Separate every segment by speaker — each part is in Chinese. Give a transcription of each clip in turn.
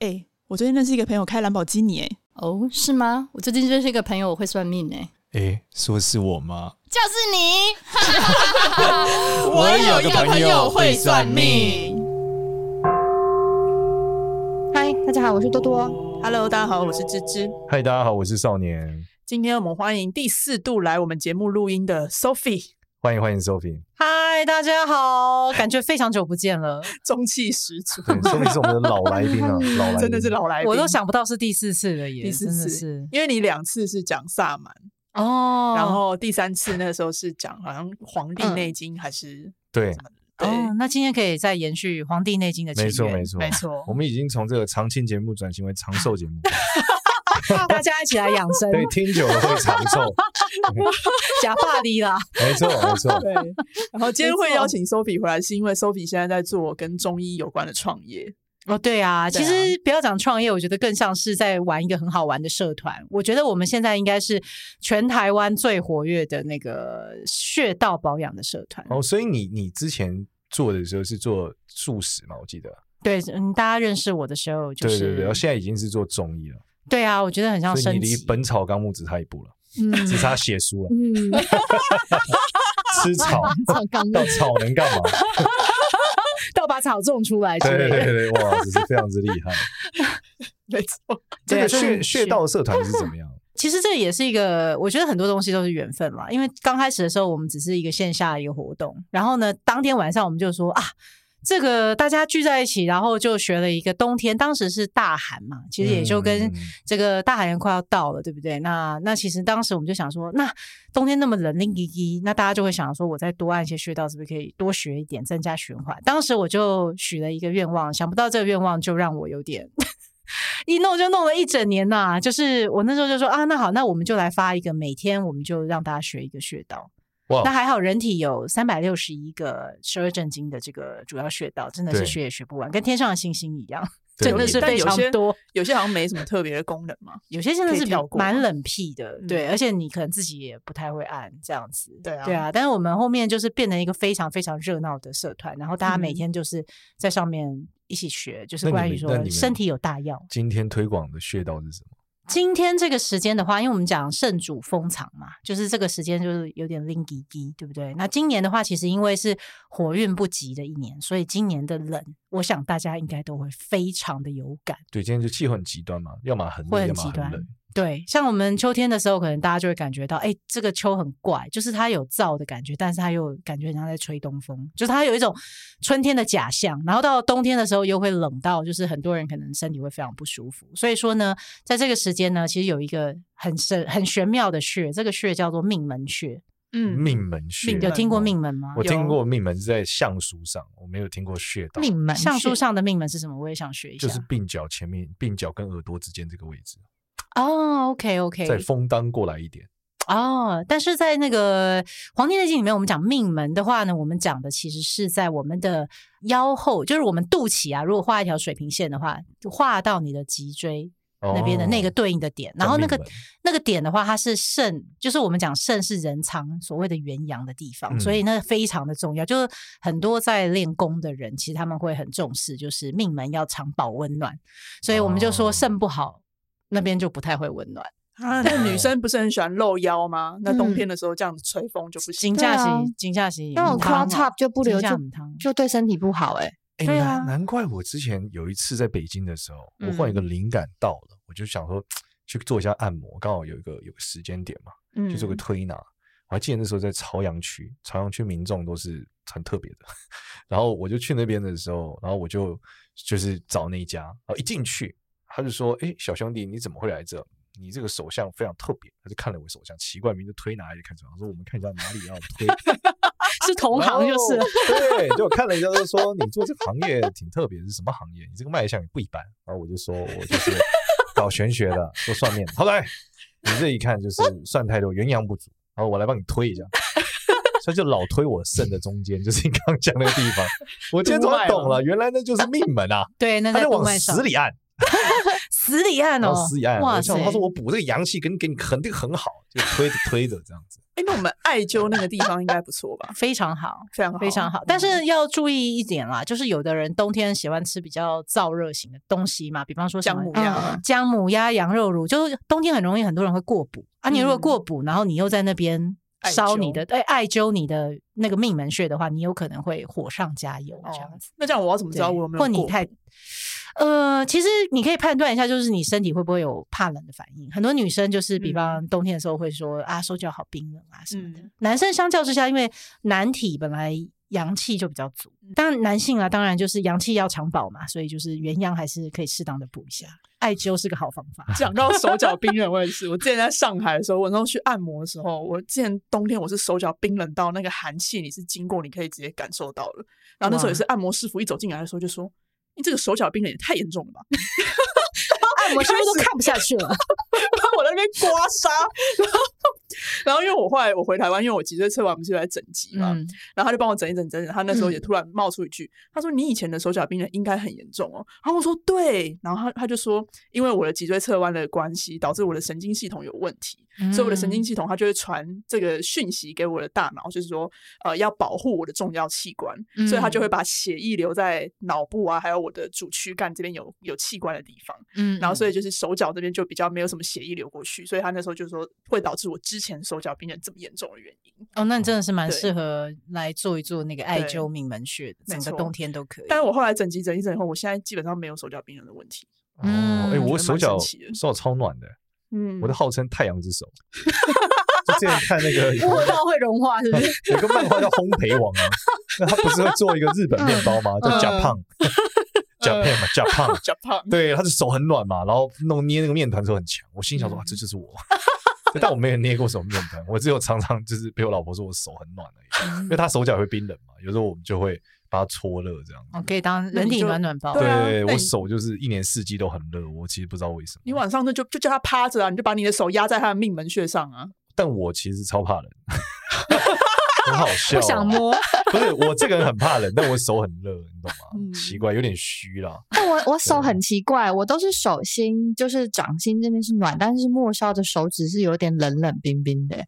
Speaker 1: 哎、我最近认识一个朋友开兰博基尼、哎，
Speaker 2: 哦，是吗？我最近认识一个朋友，我会算命哎、
Speaker 3: 诶，说是我吗？
Speaker 2: 就是你。
Speaker 3: 我有个朋友会算命。
Speaker 4: 嗨，大家好，我是多多。
Speaker 1: Hello，大家好，我是芝芝。
Speaker 3: 嗨，大家好，我是少年，
Speaker 1: 今天我们欢迎第四度来我们节目录音的 Sophie，
Speaker 3: 欢迎欢迎 Sophie，
Speaker 4: 嗨，大家好，感觉非常久不见 了，
Speaker 1: 中气十足，
Speaker 3: 对，Sophie 是我们的老来宾啊，老来宾
Speaker 1: 真的是老来宾。
Speaker 4: 我都，想不到是第四次了耶，
Speaker 1: 第四
Speaker 4: 真的
Speaker 1: 次
Speaker 4: 是
Speaker 1: 因为你两次是讲萨满，
Speaker 4: 哦。
Speaker 1: 然后第三次那时候是讲好像《黄帝内经》还是
Speaker 3: 对，
Speaker 1: 对，
Speaker 4: 哦，那今天可以再延续《黄帝内经》的起
Speaker 3: 没错
Speaker 4: 源
Speaker 3: 没错
Speaker 4: 没错
Speaker 3: 我，们已经从这个长青节目转型为长寿节目，
Speaker 4: 大家一起来养生，
Speaker 3: 对，听久了会长寿，
Speaker 4: 假发低啦，
Speaker 3: 没错没错，
Speaker 1: 对，然后今天
Speaker 4: 没
Speaker 1: 会
Speaker 4: 错
Speaker 1: 邀请 Sophie 回来，是因为 Sophie 现在在做跟中医有关的创业。
Speaker 4: 哦，对啊，
Speaker 1: 对啊
Speaker 4: 其实不要讲创业，我觉得更像是在玩一个很好玩的社团。我觉得我们现在应该是全台湾最活跃的那个穴道保养的社团。
Speaker 3: 哦，所以你你之前做的时候是做素食嘛？我记得，
Speaker 4: 对，嗯，大家认识我的时候就
Speaker 3: 对
Speaker 4: 是
Speaker 3: 对对，然后现在已经是做中医了，
Speaker 4: 对啊，我觉得很像
Speaker 3: 所以
Speaker 4: 升
Speaker 3: 你离
Speaker 4: 级
Speaker 3: 《本草纲目》只差一步了，
Speaker 4: 嗯
Speaker 3: 只差写书了，
Speaker 4: 嗯，
Speaker 3: 吃草
Speaker 5: 草纲目
Speaker 3: 到草能干嘛？
Speaker 4: 到把草种出来之
Speaker 3: 对
Speaker 4: 类
Speaker 3: 对对对，
Speaker 4: 的。
Speaker 3: 哇，只是非常之厉害。
Speaker 1: 没错，
Speaker 3: 这
Speaker 4: 对
Speaker 3: 个
Speaker 4: 啊真的
Speaker 3: 穴
Speaker 4: 很
Speaker 3: 穴道社团是怎么样？
Speaker 4: 其实这也是一个，我觉得很多东西都是缘分啦。因为刚开始的时候，我们只是一个线下一个活动，然后呢，当天晚上我们就说啊，这个大家聚在一起，然后就学了一个冬天，当时是大寒嘛，其实也 就跟
Speaker 3: 嗯
Speaker 4: 这个大寒快要到了，对不对？那那其实当时我们就想说，那冬天那么冷，零一一，那大家就会想说，我再多按一些穴道，是不是可以多学一点，增加循环？当时我就许了一个愿望，想不到这个愿望就让我有点。 一弄就弄了一整年呐、就是我那时候就说啊，那好，那我们就来发一个，每天我们就让大家学一个穴道。
Speaker 1: 哦
Speaker 3: 哇
Speaker 4: 那还好，人体有三百六十一个十二正经的这个主要穴道，真的是
Speaker 3: 对
Speaker 4: 学也学不完，跟天上的星星一样，
Speaker 3: 对
Speaker 4: 真的是
Speaker 1: 但
Speaker 4: 非
Speaker 1: 有
Speaker 4: 常
Speaker 1: 些
Speaker 4: 多。
Speaker 1: 有些好像没什么特别的功能嘛。
Speaker 4: 有些真的
Speaker 1: 可以
Speaker 4: 是比
Speaker 1: 跳过啊
Speaker 4: 蛮
Speaker 1: 吗
Speaker 4: 冷僻的，对，而且你可能自己也不太会按这样子，
Speaker 1: 对啊
Speaker 4: 对啊。但是我们后面就是变成一个非常非常热闹的社团，然后大家每
Speaker 1: 嗯
Speaker 4: 天就是在上面一起学，就
Speaker 3: 那
Speaker 4: 是
Speaker 3: 你
Speaker 4: 关
Speaker 3: 们那
Speaker 4: 于
Speaker 3: 你
Speaker 4: 说
Speaker 3: 们
Speaker 4: 身体有大药。
Speaker 3: 今天推广的穴道是什么？
Speaker 4: 今天这个时间的话，因为我们讲圣主封藏嘛，就是这个时间就是有点令滴滴，对不对？那今年的话，其实因为是火运不及的一年，所以今年的冷，我想大家应该都会非常的有感。
Speaker 3: 对，今天就气候很极端嘛，要么很
Speaker 4: 会
Speaker 3: 冷，
Speaker 4: 很
Speaker 3: 要么
Speaker 4: 极端
Speaker 3: 很冷。
Speaker 4: 对，像我们秋天的时候，可能大家就会感觉到，哎，这个秋很怪，就是它有燥的感觉，但是它又感觉很像在吹东风，就是它有一种春天的假象。然后到冬天的时候，又会冷到，就是很多人可能身体会非常不舒服。所以说呢，在这个时间呢，其实有一个很神、很玄妙的穴，这个穴叫做命门穴，
Speaker 1: 嗯，
Speaker 3: 命门穴，
Speaker 1: 命
Speaker 4: 有
Speaker 1: 门
Speaker 4: 听过
Speaker 3: 哦
Speaker 4: 命？门吗？
Speaker 3: 我
Speaker 4: 有
Speaker 3: 听。过命门是在相书上，我没有听过穴道。
Speaker 5: 命门
Speaker 4: 相书
Speaker 5: 穴
Speaker 4: 上的命门是什么？我也想学一下。
Speaker 3: 就是鬓角前面，鬓角跟耳朵之间这个位置，
Speaker 4: 哦，OK OK，
Speaker 3: 再风当过来一点。
Speaker 4: 哦，但是在那个《黄帝内经》里面，我们讲命门的话呢，我们讲的其实是在我们的腰后，就是我们肚脐啊，如果画一条水平线的话，就画到你的脊椎那边的那个
Speaker 3: 哦
Speaker 4: 对应的点，然
Speaker 3: 叫
Speaker 4: 后那
Speaker 3: 命
Speaker 4: 个
Speaker 3: 门
Speaker 4: 那个点的话，它是肾，就是我们讲肾是人藏所谓的元阳的地方，
Speaker 3: 嗯
Speaker 4: 所以那非常的重要。就是很多在练功的人，其实他们会很重视，就是命门要常保温暖，所以我们就
Speaker 3: 哦
Speaker 4: 说肾不好，那边就不太会温暖。
Speaker 1: 啊，那女生不是很喜欢露腰吗？那冬天的时候这样子吹风就不行
Speaker 4: 金。
Speaker 5: 对
Speaker 4: 价
Speaker 5: 啊
Speaker 4: 洗，金价洗，
Speaker 5: 那种
Speaker 4: 母汤
Speaker 5: crop
Speaker 4: 嘛
Speaker 5: top 就不留
Speaker 4: 金价
Speaker 5: 就
Speaker 4: 母汤
Speaker 5: 就对身体不好哎、
Speaker 3: 哎、
Speaker 4: 对啊
Speaker 3: 难难怪我之前有一次在北京的时候，我忽然
Speaker 4: 嗯
Speaker 3: 有个灵感到了，我就想说去做一下按摩，刚好有一个有个时间点嘛，
Speaker 1: 嗯
Speaker 3: 就做个推拿。我还记得那时候在朝阳区，朝阳区民众都是很特别的。 然后我就去那边的时候，然后我就就是找那一家，然后一进去，他就说：“哎，小兄弟，你怎么会来这？你这个手相非常特别。”他就看了我手相，奇怪，名字推拿也看出来，我说：“我们看一下哪里要推。”
Speaker 4: 是同行就是了。
Speaker 3: 哦对，就我看了一下，就说你做这个行业挺特别，是什么行业？你这个卖相也不一般。然后我就说，我就是搞玄学的，做算命的。后来你这一看就是算太多，元阳不足。然后我来帮你推一下，所以就老推我肾的中间，就是你刚刚讲那个地方。我今天终于懂了，原来那就是命门啊，
Speaker 4: 对， 那
Speaker 3: 他
Speaker 4: 在
Speaker 3: 就
Speaker 4: 动
Speaker 3: 往
Speaker 4: 脉上
Speaker 3: 死里按，
Speaker 4: 死里按
Speaker 3: 然
Speaker 4: 哦，
Speaker 3: 后死里按。
Speaker 4: 哇
Speaker 3: 我就
Speaker 4: 塞！
Speaker 3: 想他说我补这个阳气，给你给你肯定很好，就推着推着这样子。
Speaker 1: 哎，那我们艾灸那个地方应该不错吧？
Speaker 4: 非常好，
Speaker 1: 非常好，嗯
Speaker 4: 非常好。但是要注意一点啦，就是有的人冬天喜欢吃比较燥热型的东西嘛，比方说什
Speaker 1: 姜
Speaker 4: 么
Speaker 1: 母
Speaker 4: 嗯
Speaker 1: 鸭
Speaker 4: 嗯
Speaker 1: 啊，
Speaker 4: 姜母鸭、羊肉乳，就是冬天很容易很多人会过补啊。你如果
Speaker 1: 嗯
Speaker 4: 过补，然后你又在那边
Speaker 1: 艾
Speaker 4: 烧
Speaker 1: 灸
Speaker 4: 你的，对，艾灸你的那个命门穴的话，你有可能会火上加油
Speaker 1: 哦
Speaker 4: 这样子。
Speaker 1: 那这样我要怎么知道
Speaker 4: 对
Speaker 1: 我有没有
Speaker 4: 或你
Speaker 1: 过
Speaker 4: 太，呃，其实你可以判断一下，就是你身体会不会有怕冷的反应。很多女生就是，比
Speaker 1: 嗯
Speaker 4: 方冬天的时候会说、啊，手脚好冰冷啊什么的。
Speaker 1: 嗯
Speaker 4: 男生相较之下，因为男体本来阳气就比较足，
Speaker 1: 嗯
Speaker 4: 当然男性啊，当然就是阳气要长保嘛，所以就是元阳还是可以适当的补一下。
Speaker 1: 嗯
Speaker 4: 艾灸是个好方法。
Speaker 1: 讲 到手脚冰冷，我也是。我之前在上海的时候，我那时候去按摩的时候，我之前冬天我是手脚冰冷到那个寒气，你是经过你可以直接感受到的。然后那时候也是按摩师傅一走进来的时候就说：“你这个手脚冰冷也太严重了吧
Speaker 4: 按摩师傅都看啊不下去
Speaker 1: 然
Speaker 4: 了，！”
Speaker 1: 后我在那边刮痧， 然后然后因为我后来我回台湾，因为我脊椎侧弯不是有在整脊嘛，
Speaker 4: 嗯，
Speaker 1: 然后他就帮我整一整整一整，他那时候也突然冒出一句，他说：“你以前的手脚冰冷应该很严重哦。”然后我说：“对。”然后他他就说：“因为我的脊椎侧弯的关系，导致我的神经系统有问题，
Speaker 4: 嗯
Speaker 1: 所以我的神经系统它就会传这个讯息给我的大脑，就是说，呃，要保护我的重要器官，所以它就会把血液留在脑部啊，还有我的主躯干这边有有器官的地方，
Speaker 4: 嗯，
Speaker 1: 然后所
Speaker 4: 以
Speaker 1: 以就是手脚这边就比较没有什么血液流过去，所以他那时候就说会导致我之前手脚冰冷这么严重的原因。
Speaker 4: 哦，那你真的是蛮
Speaker 1: 对
Speaker 4: 适合来做一做那个艾
Speaker 1: 对
Speaker 4: 灸命门穴的，
Speaker 1: 没
Speaker 4: 整个
Speaker 1: 错
Speaker 4: 冬天都可以。
Speaker 1: 但是我后来整脊整一整以后，我现在基本上没有手脚冰冷的问题。
Speaker 3: 哦，哎，
Speaker 4: 嗯
Speaker 3: 我手
Speaker 1: 觉得
Speaker 3: 脚
Speaker 1: 蛮神奇的
Speaker 3: 手脚超暖的，
Speaker 1: 嗯
Speaker 3: 我都号称太阳之手。就之前看那 个
Speaker 4: 握到会融化，是不是？
Speaker 3: 有个漫画叫《烘焙王》啊，那他不是会做一个日本面包吗？
Speaker 1: 嗯
Speaker 3: 叫假 胖，假片嘛，假胖。
Speaker 1: 脚胖，
Speaker 3: 对，他的手很软嘛，然后弄捏那个面团的时候很强。我心想
Speaker 1: 嗯
Speaker 3: 说，啊，这就是我。 但我没有捏过什么面团，我只有常常就是被我老婆说我手很暖而
Speaker 1: 嗯
Speaker 3: 已，因为她手脚会冰冷嘛，有时候我们就会把它搓热这样子。
Speaker 4: 哦，可以当
Speaker 1: 那
Speaker 4: 人
Speaker 1: 你
Speaker 4: 体
Speaker 1: 就
Speaker 4: 暖暖包。
Speaker 1: 对啊
Speaker 3: 对
Speaker 1: 那
Speaker 3: 我
Speaker 1: 你
Speaker 3: 手就是一年四季都很热，我其实不知道为什么。
Speaker 1: 你晚上那就就叫他趴着啊，你就把你的手压在他的命门穴上啊。
Speaker 3: 但我其实超怕冷， 很好笑、
Speaker 4: 不想。摸，
Speaker 3: 不是我这个人很怕冷，但我手很热，你懂吗？
Speaker 1: 嗯
Speaker 3: 奇怪，有点虚啦。
Speaker 5: 但我我手很奇怪，我都是手心，就是掌心这边是暖，但是末梢的手指是有点冷冷冰冰的，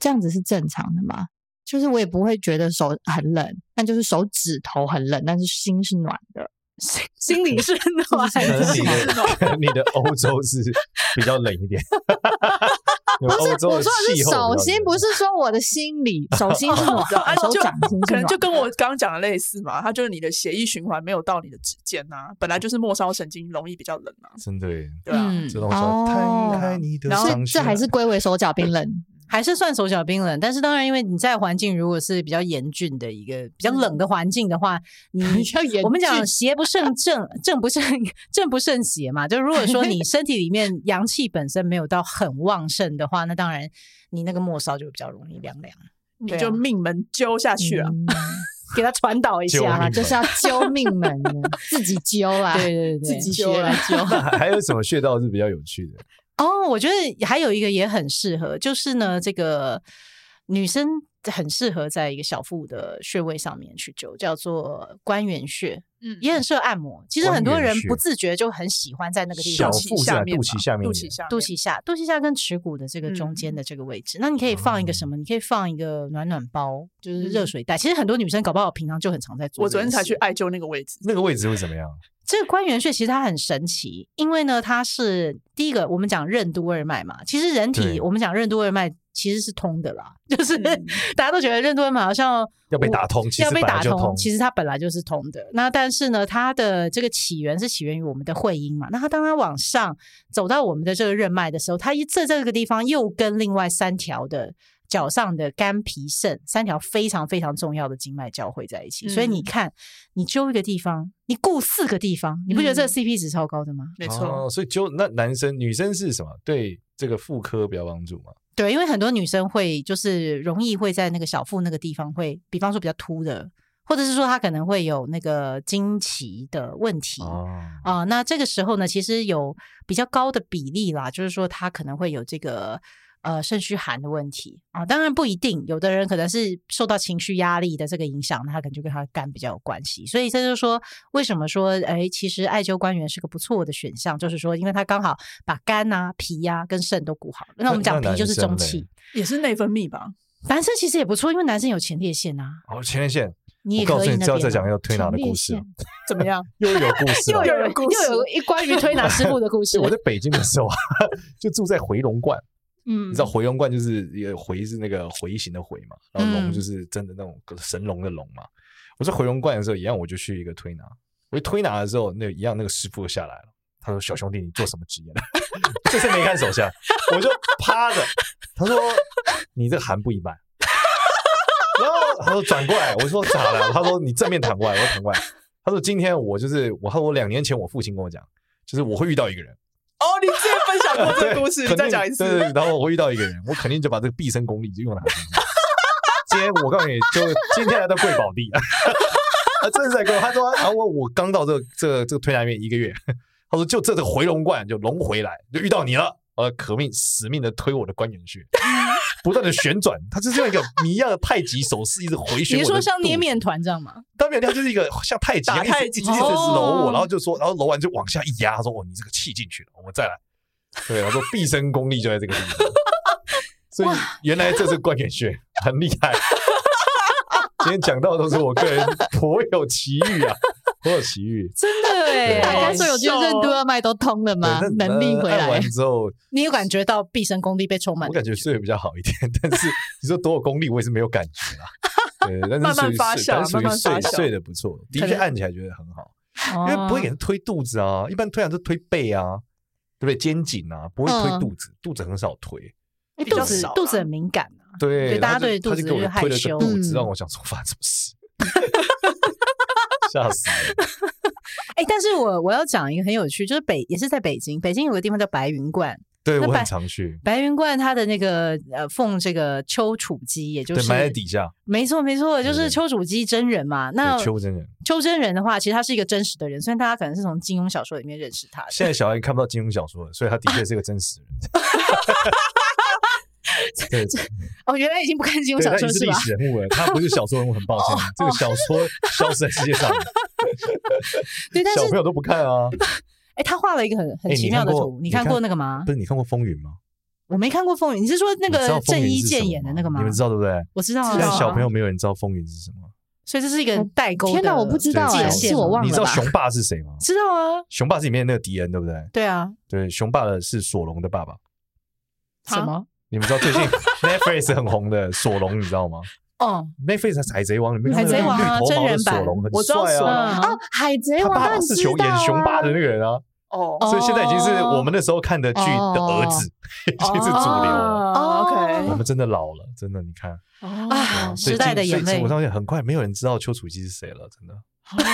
Speaker 5: 这样子是正常的吗？就是我也不会觉得手很冷，但就是手指头很冷，但是心是暖的。
Speaker 4: 心 里是暖
Speaker 3: 可能你
Speaker 4: 是吗
Speaker 3: 的可能你的欧洲是比较冷一点，不
Speaker 5: 不是，我说的是手心，不是说我的心里，手心是暖
Speaker 1: 知道啊
Speaker 5: 的，手
Speaker 1: 就
Speaker 5: 掌心
Speaker 1: 可能
Speaker 5: 是暖
Speaker 1: 就
Speaker 5: 的。
Speaker 1: 跟我刚刚讲的类似嘛，它就是你的血液循环没有到你的指尖呐、本来就是末梢神经容易比较冷啊，
Speaker 3: 真的耶，
Speaker 1: 对啊，
Speaker 3: 这种手
Speaker 5: 哦
Speaker 3: 摊开你的
Speaker 1: 然后
Speaker 3: 伤
Speaker 5: 所
Speaker 3: 心
Speaker 5: 以，这还 是归为手脚冰冷。
Speaker 4: 还是算手脚冰冷，但是当然，因为你在环境如果是比较严峻的一个比较冷的环境的话， 你
Speaker 5: 较严
Speaker 4: 我们讲邪 不胜正，正不胜正不胜邪嘛。就如果说你身体里面 阳气本身没有到很旺盛的话，那当然你那个末梢就比较容易凉凉，
Speaker 1: 你
Speaker 4: 对啊
Speaker 1: 就命门揪下去啊。
Speaker 5: 嗯
Speaker 4: 给它传导一
Speaker 3: 救
Speaker 4: 下
Speaker 3: 命
Speaker 4: 啦，
Speaker 5: 啊，
Speaker 4: 就
Speaker 5: 就是是要揪命门呢，自己揪啦。
Speaker 4: 对 对对，
Speaker 5: 自
Speaker 4: 对
Speaker 5: 己
Speaker 1: 揪
Speaker 5: 学
Speaker 1: 啦
Speaker 5: 来揪。啊
Speaker 3: 还还有什么穴道是比较有趣的？
Speaker 4: 哦，我觉得还有一个也很适合，就是呢，这个女生很适合在一个小腹的穴位上面去灸，叫做关元穴，
Speaker 1: 嗯
Speaker 4: 也很适合按摩。其实
Speaker 3: 关
Speaker 4: 很多
Speaker 3: 元
Speaker 4: 人
Speaker 3: 穴
Speaker 4: 不自觉就很喜欢在那个地
Speaker 3: 小
Speaker 4: 方
Speaker 1: 肚
Speaker 3: 腹
Speaker 1: 脐
Speaker 3: 是在
Speaker 1: 面
Speaker 3: 肚
Speaker 1: 吧，
Speaker 3: 脐下面
Speaker 1: 肚
Speaker 3: 一
Speaker 1: 脐
Speaker 3: 点
Speaker 1: 下面，
Speaker 4: 肚脐下，肚脐下跟耻骨的这个中
Speaker 1: 嗯
Speaker 4: 间的这个位置，那你可以放一个什么？你可以放一个暖暖包，就是热
Speaker 1: 哦嗯
Speaker 4: 水袋。其实很多女生搞不好平常就很常在做。
Speaker 1: 我昨天才去艾灸那个位置，
Speaker 3: 那个位置会怎么样？
Speaker 4: 这个关元穴其实它很神奇，因为呢，它是第一个我们讲任督二脉嘛，其实人
Speaker 3: 对
Speaker 4: 体我们讲任督二脉其实是通的啦，就是、
Speaker 1: 嗯
Speaker 4: 大家都觉得任督二脉好像
Speaker 3: 要被
Speaker 4: 我
Speaker 3: 打通，其
Speaker 4: 要
Speaker 3: 实
Speaker 4: 被
Speaker 3: 本来
Speaker 4: 打
Speaker 3: 就通，
Speaker 4: 其实它本来就是通的。那但是呢，它的这个起源是起源于我们的会阴嘛。那它当它往上走到我们的这个任脉的时候，它一在这个地方又跟另外三条的脚上的肝脾肾三条非常非常重要的经脉交汇在一起。所以你
Speaker 1: 嗯
Speaker 4: 看，你揪一个地方，你顾四个地方，你不觉得这个
Speaker 1: 嗯
Speaker 4: CP 值超高的吗？
Speaker 1: 没错，
Speaker 3: 哦。所以就那男生女生是什么？对这个妇科比较帮助嘛？
Speaker 4: 对，因为很多女生会就是容易会在那个小腹那个地方会，比方说比较凸的，或者是说她可能会有那个经期的问题。
Speaker 3: 啊，
Speaker 4: 啊、那这个时候呢，其实有比较高的比例啦，就是说它可能会有这个呃肾虚寒的问题啊。当然不一定，有的人可能是受到情绪压力的这个影响，那他可能就跟他的肝比较有关系。所以这就是说，为什么说哎，其实艾灸官员是个不错的选项，就是说，因为他刚好把肝啊、脾呀、跟肾都顾好了。那我们讲
Speaker 3: 那
Speaker 4: 脾就是
Speaker 3: 男生
Speaker 4: 中
Speaker 3: 嘞
Speaker 4: 气，
Speaker 1: 也是内分泌吧？
Speaker 4: 男生其实也不错，因为男生有前列腺啊，
Speaker 3: 哦，前列腺，
Speaker 4: 你也
Speaker 3: 我告
Speaker 4: 可
Speaker 3: 诉
Speaker 4: 以
Speaker 3: 你，
Speaker 4: 那
Speaker 3: 只要再
Speaker 4: 边
Speaker 3: 讲
Speaker 4: 啊。
Speaker 3: 要推拿的
Speaker 5: 前列
Speaker 3: 故事了，
Speaker 1: 怎么 样？
Speaker 3: 又有故事了。
Speaker 1: 又有故事
Speaker 4: 又有一关于推拿师傅的故事
Speaker 3: 就，我在北京的时候啊， 就住在回龙观，
Speaker 2: 嗯，
Speaker 3: 你知道回龙观就是一个回是那个回形的回嘛，然后龙
Speaker 4: 嗯
Speaker 3: 就是真的那种神龙的龙嘛。我在回龙观的时候，一样我就去一个推拿，我一推拿的时候，那一样那个师傅就下来了，他说：“小兄弟，你做什么职业的？” 这次没看手相，我就趴着，他说：“你这寒不一般。”然后他说转过来，我说咋了？他说你正面躺过来，我说躺过来。他说今天我就是我，他说我两年前我父亲跟我讲，就是我会遇到一个人，
Speaker 1: 哦，你之前分享过这个故事，你
Speaker 3: 肯定
Speaker 1: 再讲一次
Speaker 3: 对。对对，然后我会遇到一个人，我肯定就把这个毕生功力就用到他身上。今天我告诉你，就今天来到贵宝地，啊，真是在贵宝。他说，啊，我我刚到这个这个这个推拿院一个月，他说就这个回龙观就龙回来就遇到你了，呃，可命死命的推我的关元穴，不断的旋转，他就是用一个谜一样的太极手势一直回旋我的
Speaker 4: 比如
Speaker 3: 肚子。
Speaker 4: 说像捏面团这样 吗？
Speaker 1: 哦
Speaker 3: 当面他就是一个像太极一样
Speaker 1: 打太
Speaker 3: 一
Speaker 1: 极
Speaker 3: 直一直一直揉
Speaker 4: 哦
Speaker 3: 我，然后就说，然后揉完就往下一压，他说：“哦，你这个气进去了，我们再来。”对，我说毕生功力就在这个地方。所以原来这是关元穴，很厉害。今天讲到的都是我个人颇有其遇啊，颇有其遇。
Speaker 4: 真的哎
Speaker 5: 大家
Speaker 1: 好
Speaker 5: 所有
Speaker 1: 笑
Speaker 5: 就任督
Speaker 1: 哦
Speaker 5: 二脉都通了吗
Speaker 3: 对？那
Speaker 5: 能力
Speaker 3: 呃
Speaker 5: 回
Speaker 3: 按
Speaker 5: 来
Speaker 3: 完，之后，
Speaker 4: 你有感觉到毕生功力被充满
Speaker 3: 我
Speaker 4: 了？
Speaker 3: 感觉睡得比较好一点，但是你说多有功力，我也是没有感觉啦。对，但是
Speaker 1: 慢慢
Speaker 3: 属于
Speaker 1: 发
Speaker 3: 睡
Speaker 1: 酵
Speaker 3: 但是属于
Speaker 1: 慢慢发
Speaker 3: 睡
Speaker 1: 酵
Speaker 3: 睡得不错，的
Speaker 4: 可
Speaker 3: 确
Speaker 4: 能
Speaker 3: 按起来觉得很好。
Speaker 4: 因
Speaker 3: 因为不会给
Speaker 4: 哦
Speaker 3: 人推肚子啊，一般推啊都推背啊，对不对？肩颈啊，不会推
Speaker 5: 嗯
Speaker 3: 肚子，肚子很少推。
Speaker 1: 比
Speaker 4: 肚
Speaker 1: 较
Speaker 4: 子
Speaker 1: 少啦
Speaker 4: 肚子很敏感啊。
Speaker 3: 对，
Speaker 4: 对
Speaker 3: 他
Speaker 4: 大家
Speaker 3: 就
Speaker 4: 对肚
Speaker 3: 他就
Speaker 4: 子
Speaker 3: 给我
Speaker 4: 就害
Speaker 3: 推了个
Speaker 4: 羞
Speaker 3: 肚子，
Speaker 5: 嗯
Speaker 3: 让我想说发生什么 事，吓死了。
Speaker 4: 哎，但是我我要讲一个很有趣，就是北也是在北京，北京有个地方叫白云观，
Speaker 3: 对
Speaker 4: 那
Speaker 3: 我
Speaker 4: 白
Speaker 3: 很常去，
Speaker 4: 白云观它的那个呃奉这个丘处机，也就
Speaker 3: 对，
Speaker 4: 是
Speaker 3: 埋在底下，
Speaker 4: 没错没错，就
Speaker 3: 对对
Speaker 4: 是丘处机真人嘛。那
Speaker 3: 对，邱真人。
Speaker 4: 丘真人的话，其实他是一个真实的人，虽然大家可能是从金庸小说里面认识他的。
Speaker 3: 现在小孩看不到金庸小说了，所以他的确是个真 实人。对，
Speaker 4: 哦，原来已经不看金庸
Speaker 3: 对，
Speaker 4: 小
Speaker 3: 他
Speaker 4: 说
Speaker 3: 已经
Speaker 4: 是
Speaker 3: 是历
Speaker 4: 吧？
Speaker 3: 史人物了，他不是小说人物，很抱 歉，这个小说消失在世界上了，
Speaker 4: 对，哦但
Speaker 3: 小朋
Speaker 4: 是
Speaker 3: 友都不看啊。
Speaker 4: 哎，他画了一个很很
Speaker 3: 哎
Speaker 4: 奇
Speaker 3: 你
Speaker 4: 妙
Speaker 3: 看
Speaker 4: 的
Speaker 3: 过
Speaker 4: 图，你
Speaker 3: 你
Speaker 4: 看
Speaker 3: 看
Speaker 4: 过那个吗
Speaker 3: 不？是你看过《风云》吗？
Speaker 4: 我没看过《风云》，你是说那
Speaker 3: 你知道
Speaker 4: 个
Speaker 3: 风
Speaker 4: 郑
Speaker 3: 云
Speaker 4: 伊
Speaker 3: 是
Speaker 4: 健
Speaker 3: 什么
Speaker 4: 演的那个
Speaker 3: 吗
Speaker 4: 吗
Speaker 3: 你？们知道对不对？
Speaker 4: 我知道啊，
Speaker 3: 现在小朋
Speaker 4: 友，
Speaker 3: 友没有人知道风云是什么，
Speaker 4: 所以这是一个很代沟的。
Speaker 5: 哦天哪我不知道
Speaker 4: 界
Speaker 5: 哎
Speaker 4: 限
Speaker 5: 是我
Speaker 4: 嘛
Speaker 5: 忘
Speaker 3: 你
Speaker 5: 了
Speaker 3: 知道
Speaker 5: 吧
Speaker 3: 雄霸是谁吗？
Speaker 4: 知道啊，
Speaker 3: 雄霸是里面那个敌人，对不对？
Speaker 4: 对啊，
Speaker 3: 对，雄霸的是索隆的爸爸。
Speaker 1: 啊
Speaker 4: 什么？
Speaker 3: 你们知道 最近 Netflix 很红的索隆，你知道吗
Speaker 4: 哦，
Speaker 3: ？Netflix 是海贼
Speaker 5: 嗯
Speaker 3: 王里面
Speaker 4: 海贼王
Speaker 3: 那
Speaker 4: 啊
Speaker 3: 个绿头毛的
Speaker 4: 真人版
Speaker 3: 索隆很
Speaker 1: 我知道
Speaker 3: 帅
Speaker 1: 索
Speaker 3: 啊，
Speaker 1: 隆
Speaker 4: 嗯
Speaker 5: 哦，海贼
Speaker 3: 他
Speaker 5: 王
Speaker 3: 爸爸
Speaker 5: 当
Speaker 3: 是
Speaker 5: 然
Speaker 3: 雄
Speaker 5: 知道
Speaker 3: 演雄霸的
Speaker 5: 啊
Speaker 3: 那个人啊，
Speaker 1: 哦
Speaker 5: 哦
Speaker 3: 所以现在已经是我们那时候看的剧的儿子，
Speaker 4: 哦
Speaker 3: 已经是主流了。
Speaker 1: 哦 OK，
Speaker 3: 我们真的老了，真的，你看
Speaker 2: 哦
Speaker 1: 啊，
Speaker 4: 啊
Speaker 3: 所以
Speaker 4: 时
Speaker 3: 今
Speaker 4: 代的
Speaker 3: 所以
Speaker 4: 眼泪
Speaker 3: 我相信很快没有人知道丘处机是谁了，真的，
Speaker 2: 哦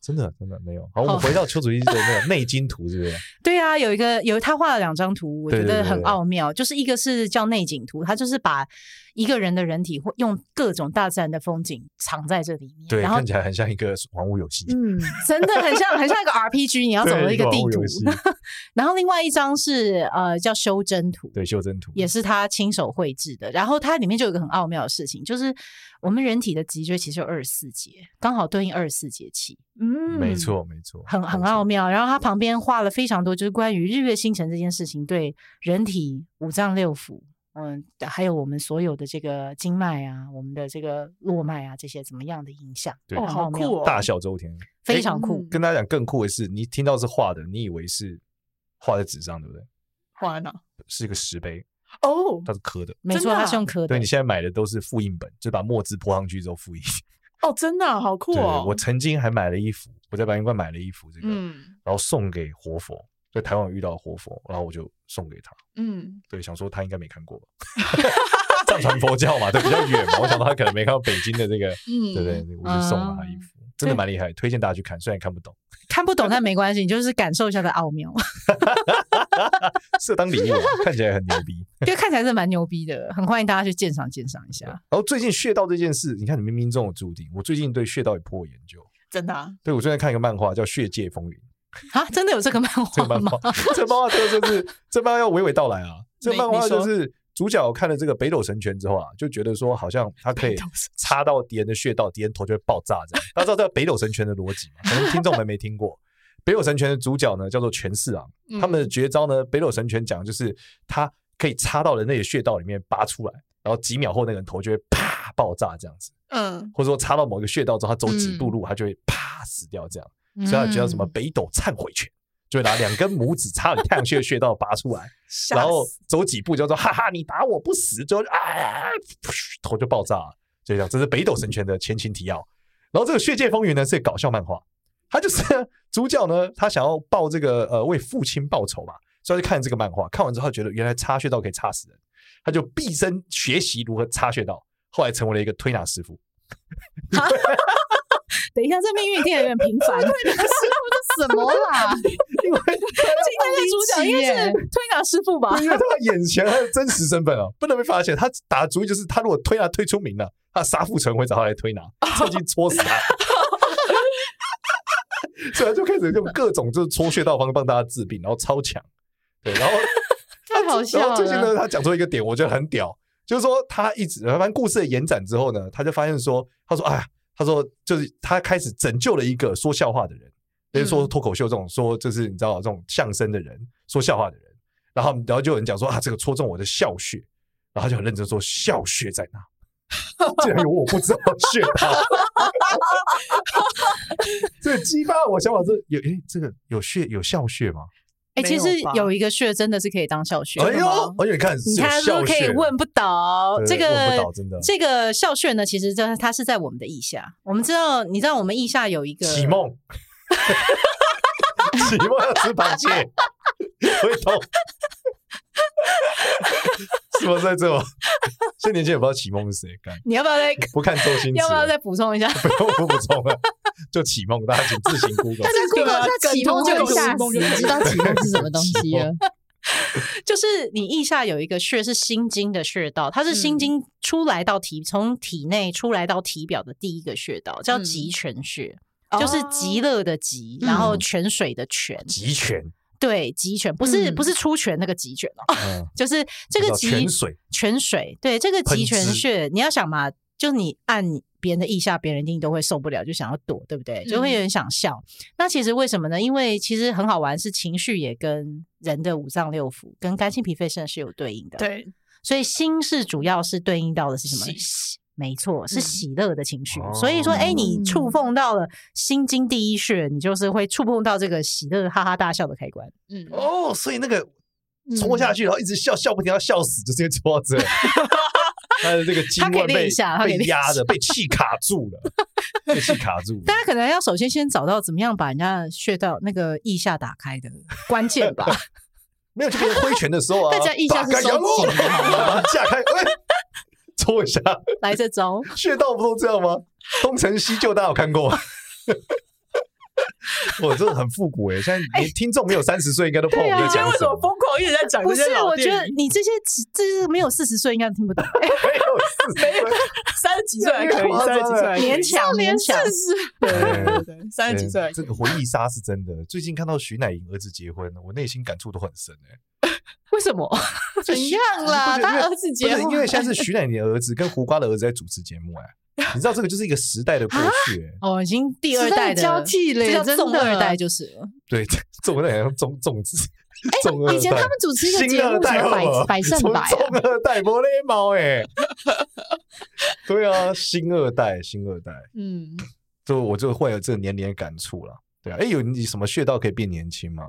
Speaker 3: 真的，真的没有。好，我们
Speaker 4: 好
Speaker 3: 回到丘处机的那个内经图，是不是？
Speaker 4: 对啊，有一个有他画了两张图，我
Speaker 3: 对
Speaker 4: 觉
Speaker 3: 对
Speaker 4: 得
Speaker 3: 对
Speaker 4: 很
Speaker 3: 对
Speaker 4: 奥妙，就是一个是叫内景图，它就是把一个人的人体会用各种大自然的风景藏在这里 面，
Speaker 3: 对，
Speaker 4: 然后
Speaker 3: 看起来很像一个玩物游戏。
Speaker 5: 嗯，
Speaker 4: 真的很像很像一个 RPG，你要走的
Speaker 3: 对
Speaker 4: 一个
Speaker 3: 网
Speaker 4: 地
Speaker 3: 络
Speaker 4: 图
Speaker 3: 游戏。
Speaker 4: 然后另外一张是呃叫修真图，
Speaker 3: 对，袖珍图
Speaker 4: 也是他亲手绘制的。然后它里面就有一个很奥妙的事情，就是我们人体的脊椎其实有二十四节，刚好对应二十四节气，
Speaker 1: 嗯
Speaker 3: 没，错，没错，
Speaker 4: 很很
Speaker 3: 没错
Speaker 4: 奥。妙。然后它旁边画了非常多，就是关于日月星辰这件事情对人体五脏六腑。嗯，还有我们所有的这个经脉啊，我们的这个络脉啊，这些怎么样的影响？
Speaker 3: 对
Speaker 4: 很
Speaker 1: 哦，好
Speaker 4: 奥妙
Speaker 1: 酷哦，
Speaker 3: 大小周天
Speaker 4: 非常酷。
Speaker 1: 嗯
Speaker 3: 跟大家讲更酷的是，你听到是画的，你以为是画在纸上，对不对？
Speaker 1: 画在哪？
Speaker 3: 是一个石碑，
Speaker 1: 哦
Speaker 3: 它是刻的。
Speaker 4: 没
Speaker 1: 真
Speaker 4: 错，
Speaker 1: 的
Speaker 4: 它
Speaker 1: 啊
Speaker 4: 是用科的
Speaker 3: 对你。现在买的都是复印本，就把墨汁泼上去之后复印。
Speaker 1: 哦，真的啊好酷
Speaker 3: 对，
Speaker 1: 哦，
Speaker 3: 我曾经还买了一幅，我在白云观买了一幅这个，
Speaker 1: 嗯
Speaker 3: 然后送给活佛，在台湾有遇到活佛，然后我就送给他。
Speaker 1: 嗯，
Speaker 3: 对，想说他应该没看过吧， 藏传佛教嘛，对，比较远嘛，我想到他可能没看到北京的这个，
Speaker 1: 嗯
Speaker 3: 对不对？我就送了他一幅，真的蛮厉害，推荐大家去看，虽然看不懂，
Speaker 4: 看不懂但没关系，你就是感受一下它的奥妙，
Speaker 3: 适合当礼物啊，看起来很牛 逼。
Speaker 4: 因为看起来是蛮牛逼的，很欢迎大家去鉴赏鉴赏一下。
Speaker 3: 然后最近穴道这件事，你看你冥冥中有注定，我最近对穴道也颇有研究。
Speaker 1: 真的啊
Speaker 3: 对，我最近看一个漫画叫《血界风云》，
Speaker 4: 啊，真的有这个漫
Speaker 3: 这
Speaker 4: 画
Speaker 3: 个漫
Speaker 4: 吗？
Speaker 3: 画，这个漫画这个就是这漫画要娓娓道来啊，这个漫画就是主角看了这个北斗神拳之后啊，就觉得说好像他可以插到敌人的穴道，敌人头就会爆炸这样。大家知道这个北斗神拳的逻辑吗？可能听众们没听过。北斗神拳的主角呢叫做权四郎，他们的绝招呢，北斗神拳讲就是他可以插到人类的穴道里面拔出来，然后几秒后那个人头就会啪爆炸这样子，
Speaker 1: 嗯，
Speaker 3: 或者说插到某个穴道之后，他走几步路他就会啪死掉这样。
Speaker 1: 嗯
Speaker 5: 嗯
Speaker 3: 所以他叫什么北斗忏悔拳，就拿两根拇指插你太阳穴的穴道拔出来，
Speaker 1: 吓
Speaker 3: 然后
Speaker 1: 死
Speaker 3: 走几步叫做哈哈，你打我不死，就啊，头就爆炸了。就这样，这是北斗神拳的前情提要。然后这个《血界风云》呢是搞笑漫画，他就是主角呢，他想要报这个呃为父亲报仇嘛，所以他就看了这个漫画，看完之后觉得原来插穴道可以插死人，他就毕生学习如何插穴道，后来成为了一个推拿师傅。
Speaker 4: 等一下，这命运听得有点平 凡。今
Speaker 5: 什么啦？
Speaker 3: 因为
Speaker 4: 天的主角应 该是推拿师傅 吧？
Speaker 3: 因为他眼前他的真实身份啊， 不能被发现。他打的主意就是，他如果推拿啊推出名了，他的杀父仇人会找他来推拿，趁机戳死他。 所以他就开始用各种就是戳穴道方式帮大家治病，然后超强。对，然后
Speaker 5: 太好
Speaker 3: 然
Speaker 5: 笑
Speaker 3: 后最近呢，
Speaker 5: 了！
Speaker 3: 他讲出一个点，我觉得很屌，就是说他一直反正故事的延展之后呢，他就发现说，他说哎呀，他说就是他开始拯救了一个说笑话的人，比如说
Speaker 5: 嗯
Speaker 3: 脱口秀这种说就是你知道这种相声的人说笑话的人，然后然后就有人讲说啊，这个戳中我的笑穴，然后他就很认真说笑穴在哪。 竟然有我不知道的穴道， 这激发我想法是有诶，这个有穴有笑穴吗？
Speaker 4: 哎，
Speaker 1: 没
Speaker 4: 其
Speaker 1: 有
Speaker 4: 实
Speaker 1: 吧
Speaker 4: 有一个穴真的是可以当笑穴。
Speaker 3: 哎呦
Speaker 4: 好吗，
Speaker 3: 哎呦，你看，
Speaker 4: 你看，
Speaker 3: 是
Speaker 4: 都
Speaker 3: 有
Speaker 4: 可
Speaker 3: 笑
Speaker 4: 以
Speaker 3: 穴
Speaker 4: 问不倒
Speaker 3: 对
Speaker 4: 这
Speaker 3: 问不
Speaker 4: 个
Speaker 3: 倒真的
Speaker 4: 这个笑穴呢，其实这它是在我们的腋下。我们知道，你知道我们腋下有一个
Speaker 3: 启梦，启梦要吃螃蟹，会痛， 是不是在这吗？ 现在年轻人不知道启梦是谁，干
Speaker 4: 你要不要 再
Speaker 3: 不看周星驰，
Speaker 4: 要不要再补充一下？
Speaker 3: 不用不补充了，就启梦，大家请自行 Google
Speaker 5: 他。在
Speaker 4: 啊
Speaker 5: Google
Speaker 1: 这个
Speaker 5: 下启蒙就
Speaker 1: 梗
Speaker 5: 有
Speaker 1: 图
Speaker 5: 吓
Speaker 1: 这个
Speaker 5: 死，你知道启蒙是什么东西了？
Speaker 4: 就是你腋下有一个穴是心经的穴道，它是心经出来到体从体内出来到体表的第一个穴道，叫
Speaker 1: 嗯
Speaker 4: 极泉穴，就是极乐的极，
Speaker 5: 嗯
Speaker 4: 然后泉水的泉。
Speaker 3: 集权，
Speaker 4: 对，极泉不是
Speaker 1: 嗯
Speaker 4: 不是出泉那个极泉哦，
Speaker 3: 嗯，
Speaker 4: 就是这个
Speaker 3: 叫
Speaker 4: 极
Speaker 3: 泉水
Speaker 4: 泉水，对这个
Speaker 3: 喷
Speaker 4: 极泉
Speaker 3: 汁
Speaker 4: 穴，你要想嘛，就你按你别人的腋下，别人一定都会受不了，就想要躲，对不对？就
Speaker 1: 嗯
Speaker 4: 会有人想笑。那其实为什么呢？因为其实很好玩，是情绪也跟人的五脏六腑、跟肝心脾肺肾是有对应的。，
Speaker 1: 对，
Speaker 4: 所以心是主要是对应到的是什么
Speaker 1: 喜？
Speaker 4: 喜没错，是
Speaker 1: 嗯
Speaker 4: 喜乐的情
Speaker 3: 哦
Speaker 4: 绪。所以说，哎、你触
Speaker 5: 哦
Speaker 4: 碰到了心经第一穴，你就是会触碰到这个喜乐哈哈大笑的开关。
Speaker 1: 嗯，
Speaker 3: 哦，所以那个戳下去，然后一直笑笑不停，要笑死，就是因为戳到这。他的这个筋
Speaker 4: 他可以
Speaker 3: 腕
Speaker 4: 练
Speaker 3: 被
Speaker 4: 一下他可以
Speaker 3: 被
Speaker 4: 练一
Speaker 3: 压的，被气卡住了，被气卡住了。
Speaker 4: 大家可能要首先先找到怎么样把人家的穴道那个腋下打开的关键吧。
Speaker 3: 没有，就别人挥拳的时候啊，
Speaker 4: 大家印象是
Speaker 3: 把开
Speaker 4: 收紧的
Speaker 3: 然后把它架开，哎，戳一下，
Speaker 4: 来这招，
Speaker 3: 穴道不都这样吗？东成西就，大家有看过吗？ 我真的很复古哎、现在连听众没有三十岁，应该都不知道我
Speaker 4: 对啊
Speaker 3: 们在
Speaker 1: 今天
Speaker 3: 讲
Speaker 1: 为
Speaker 3: 什
Speaker 1: 什么
Speaker 3: 么。
Speaker 1: 疯狂一直在讲
Speaker 4: 不
Speaker 1: 这
Speaker 4: 是
Speaker 1: 些？老
Speaker 4: 我觉
Speaker 1: 电
Speaker 4: 得
Speaker 1: 影
Speaker 4: 你这些这是没有四十岁应该听不懂，
Speaker 3: 没有四十岁，
Speaker 1: 三十几岁还可
Speaker 3: 越
Speaker 1: 以，
Speaker 3: 夸张
Speaker 1: 三十几岁
Speaker 3: 了
Speaker 1: 还可以
Speaker 4: 勉强勉强。
Speaker 1: 十，对对对对对，三十几岁还可
Speaker 3: 哎这
Speaker 1: 以
Speaker 3: 个回忆杀是真的。最近看到徐乃麟儿子结婚，我内心感触都很深哎、
Speaker 4: 为什么？
Speaker 3: 怎
Speaker 5: 样啦他儿
Speaker 3: 子
Speaker 5: 结
Speaker 3: 因为现在是徐乃麟的儿子 跟胡瓜的儿子在主持节目哎、你知道这个就是一个时代的过去、欸，
Speaker 4: 哦，已经第二代的
Speaker 5: 交际了，
Speaker 4: 这叫
Speaker 5: 真
Speaker 4: 纵
Speaker 5: 的
Speaker 4: 二代就是了。
Speaker 3: 对，这这我有点像中 粽子，中二代。
Speaker 5: 以前他们主持一个
Speaker 3: 新
Speaker 5: 节
Speaker 3: 二
Speaker 5: 目，
Speaker 3: 代
Speaker 5: 什么
Speaker 3: 好不好
Speaker 5: 百百胜百啊
Speaker 3: 从中二代没礼貌哎。对啊，新二代，新二代，
Speaker 1: 嗯，
Speaker 3: 就我就会有这个年龄的感触了。对啊，哎，有你什么穴道可以变年轻吗？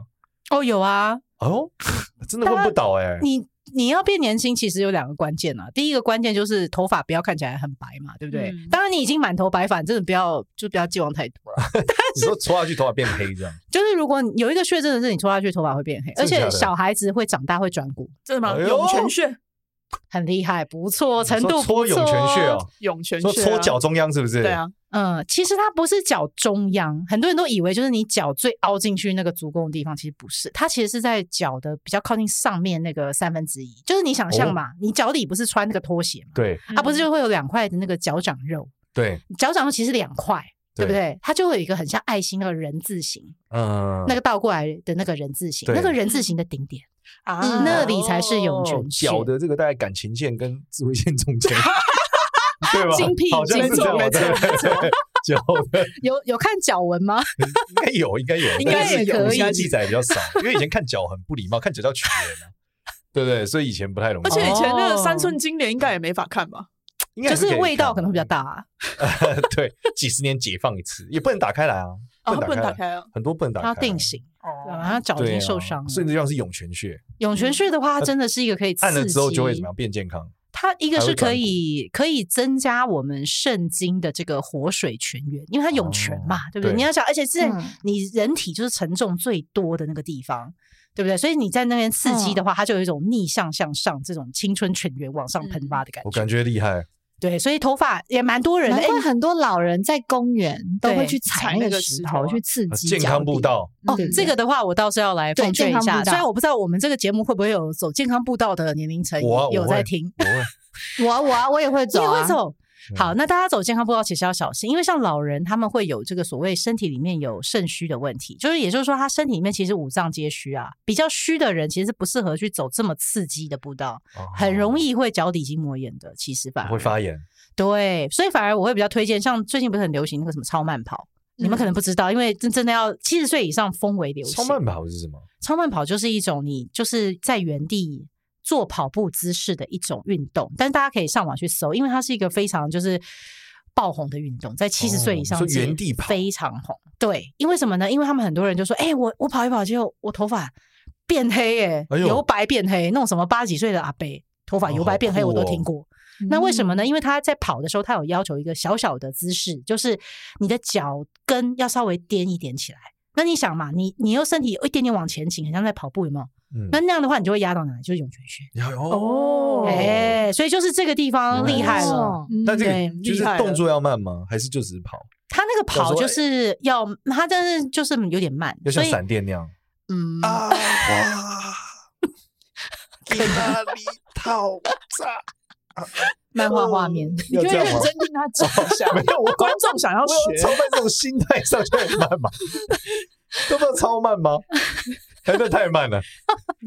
Speaker 4: 哦，有啊，
Speaker 3: 哦， 真的问不倒哎、
Speaker 4: 你你要变年轻，其实有两个关键啊。第一个关键就是头发不要看起来很白嘛，对不对？
Speaker 1: 嗯
Speaker 4: 当然你已经满头白发，你真的不要就不要寄望太多了。
Speaker 3: 你说戳下去头发变黑这样，
Speaker 4: 就是如果你有一个穴真的是你戳下去头发会变黑，
Speaker 3: 真
Speaker 4: 而
Speaker 3: 的假的
Speaker 4: 且小孩子会长大会转骨，
Speaker 1: 真的吗？
Speaker 3: 哎呦
Speaker 1: 涌泉穴，
Speaker 4: 很厉害，不错，哦程
Speaker 3: 你说
Speaker 4: 度
Speaker 3: 戳
Speaker 4: 不
Speaker 3: 涌泉穴
Speaker 4: 错
Speaker 3: 哦。，
Speaker 1: 涌泉穴
Speaker 3: 说
Speaker 1: 啊，
Speaker 3: 戳脚中央是不是？
Speaker 1: 对啊，，
Speaker 4: 嗯，其实它不是脚中央，很多人都以为就是你脚最凹进去那个足弓的地方，其实不是，它其实是在脚的比较靠近上面那个三分之一。就是你想
Speaker 3: 哦
Speaker 4: 象嘛，你脚底不是穿那个拖鞋嘛，
Speaker 3: 对
Speaker 4: 它、不是就会有两块的那个脚掌肉，
Speaker 3: 对
Speaker 4: 脚掌肉其实两块，对不？对？它就会有一个很像爱心和人字形，
Speaker 3: 嗯，
Speaker 4: 那个倒过来的那个人字形，
Speaker 3: 对
Speaker 4: 那个人字形的顶点，
Speaker 1: 啊
Speaker 4: 嗯那里才是涌
Speaker 3: 哦
Speaker 4: 泉穴。
Speaker 3: 脚的这个大概感情线跟智慧线中 间，对吧？
Speaker 4: 精辟
Speaker 3: 好像是
Speaker 4: 精
Speaker 3: 这样
Speaker 4: 辟
Speaker 3: 吧，对对脚的
Speaker 4: 嗯有有看脚纹吗？
Speaker 3: 应该有，应该有，
Speaker 1: 应该
Speaker 3: 但是
Speaker 4: 也可
Speaker 3: 我
Speaker 4: 以
Speaker 3: 现在记载比较少，因为以前看脚很不礼貌，看脚叫取人啊，对不对？所以以前不太容易，
Speaker 1: 而且以前那个三
Speaker 4: 哦
Speaker 1: 寸金莲应该也没法看吧？
Speaker 3: 应该
Speaker 4: 就
Speaker 3: 还
Speaker 4: 是
Speaker 3: 以
Speaker 4: 味道
Speaker 3: 看嗯
Speaker 4: 可能会比较，大、啊。
Speaker 3: 对，几十年解放一次，也不能打开来啊，
Speaker 1: 啊，它不
Speaker 3: 不
Speaker 1: 能
Speaker 3: 能
Speaker 1: 打
Speaker 3: 打开来，
Speaker 1: 开啊。
Speaker 3: 很多不能打开
Speaker 4: 它
Speaker 3: 来，
Speaker 4: 定型，对吧
Speaker 1: 哦，
Speaker 4: 它脚已
Speaker 3: 对啊，
Speaker 4: 经受伤了。
Speaker 3: 所以这地方是涌泉穴，
Speaker 4: 涌泉穴的话，它真的是一个可以刺激
Speaker 3: 按了之后就会怎么样变健康？
Speaker 4: 它一个
Speaker 3: 还会
Speaker 4: 是可
Speaker 3: 转骨
Speaker 4: 以可以增加我们肾经的这个活水泉源，因为它涌泉嘛，
Speaker 3: 哦
Speaker 4: 对不对？
Speaker 3: 对
Speaker 4: 你要想，而且是
Speaker 5: 嗯
Speaker 4: 你人体就是承重最多的那个地方，对不对？所以你在那边刺
Speaker 5: 嗯
Speaker 4: 激的话，它就有一种逆向向上这种青春泉源往上喷发的感
Speaker 3: 我
Speaker 4: 觉。
Speaker 3: 感觉厉害，
Speaker 4: 对，所以头发也蛮多人的。
Speaker 5: 嗯难
Speaker 4: 哎，
Speaker 5: 怪很多老人在公园都
Speaker 4: 对
Speaker 5: 会去
Speaker 1: 踩
Speaker 5: 踩
Speaker 1: 那
Speaker 5: 那
Speaker 1: 个
Speaker 5: 个
Speaker 1: 石
Speaker 5: 石
Speaker 1: 头
Speaker 5: 头
Speaker 1: 啊
Speaker 5: 去刺激
Speaker 3: 呃健康步
Speaker 5: 脚
Speaker 3: 道，
Speaker 4: 哦
Speaker 5: 对对，
Speaker 4: 这个的话我到是要来
Speaker 5: 对
Speaker 4: 奉劝
Speaker 5: 健
Speaker 4: 一
Speaker 5: 康
Speaker 4: 下，
Speaker 5: 步
Speaker 4: 虽然
Speaker 5: 道
Speaker 4: 我不知道我们这个节目会不会有走健康步道的年龄层
Speaker 3: 我啊我
Speaker 4: 有
Speaker 3: 会
Speaker 4: 在听，
Speaker 3: 我会
Speaker 5: 底。我啊我啊我也会走
Speaker 4: 你也
Speaker 5: 啊，
Speaker 4: 会走。
Speaker 3: 嗯
Speaker 4: 好，那大家走健康步道其实要小心，因为像老人他们会有这个所谓身体里面有肾虚的问题，就是也就是说他身体里面其实五脏皆虚啊，比较虚的人其实不适合去走这么刺激的步道，很容易会脚底筋膜炎的。其实反
Speaker 3: 哦
Speaker 4: 而
Speaker 3: 会发炎，
Speaker 4: 对，所以反而我会比较推荐，像最近不是很流行那个什么超慢跑。你们可能不知道，因为真真的要七十岁以上风为流行。
Speaker 3: 超慢跑是什么？
Speaker 4: 超慢跑就是一种你就是在原地做跑步姿势的一种运动，但是大家可以上网去搜，因为它是一个非常就是爆红的运动，在七十岁以
Speaker 3: 哦你
Speaker 4: 上
Speaker 3: 说
Speaker 4: 界
Speaker 3: 原地跑
Speaker 4: 非常红。对，因为什么呢？因为他们很多人就说：“哎、我我跑一跑，结果我头发变黑、耶，
Speaker 3: 哎呦
Speaker 4: 由白变黑，那种什么八十几岁的阿伯头发
Speaker 3: 哦
Speaker 4: 由白变黑，
Speaker 3: 好
Speaker 4: 我
Speaker 3: 酷
Speaker 4: 都
Speaker 3: 哦
Speaker 4: 听过。那为什么呢？因为他在跑的时候，他有要求一个小小的姿势，就是你的脚跟要稍微颠一点起来。那你想嘛，你你又身体有一点点往前倾，很像在跑步，有没有？
Speaker 3: 嗯
Speaker 4: 那，那样的话，你就会压到哪里？就是涌泉穴。
Speaker 3: 然后
Speaker 1: 哦，
Speaker 4: 哎、所以就是这个地方厉害了。
Speaker 5: 哦
Speaker 1: 嗯
Speaker 3: 那这
Speaker 4: 对
Speaker 3: 个就是
Speaker 1: 厉害了
Speaker 3: 动作要慢吗？还是就只是跑？
Speaker 4: 他那个跑就是要，他但是就是有点慢，
Speaker 3: 要
Speaker 4: 所
Speaker 3: 像
Speaker 4: 以
Speaker 3: 闪电那样
Speaker 4: 嗯，
Speaker 3: 啊！哇，意大利套炸，
Speaker 4: 漫画
Speaker 3: 哦
Speaker 4: 画面。
Speaker 1: 你就
Speaker 3: 要这
Speaker 1: 认
Speaker 3: 样吗
Speaker 1: 真听他讲一 下，
Speaker 3: 没有我
Speaker 1: 观众想要
Speaker 3: 我有超
Speaker 1: 学，
Speaker 3: 慢这种心态上就很慢嘛， 都不知道超慢吗？哎，那太慢 了。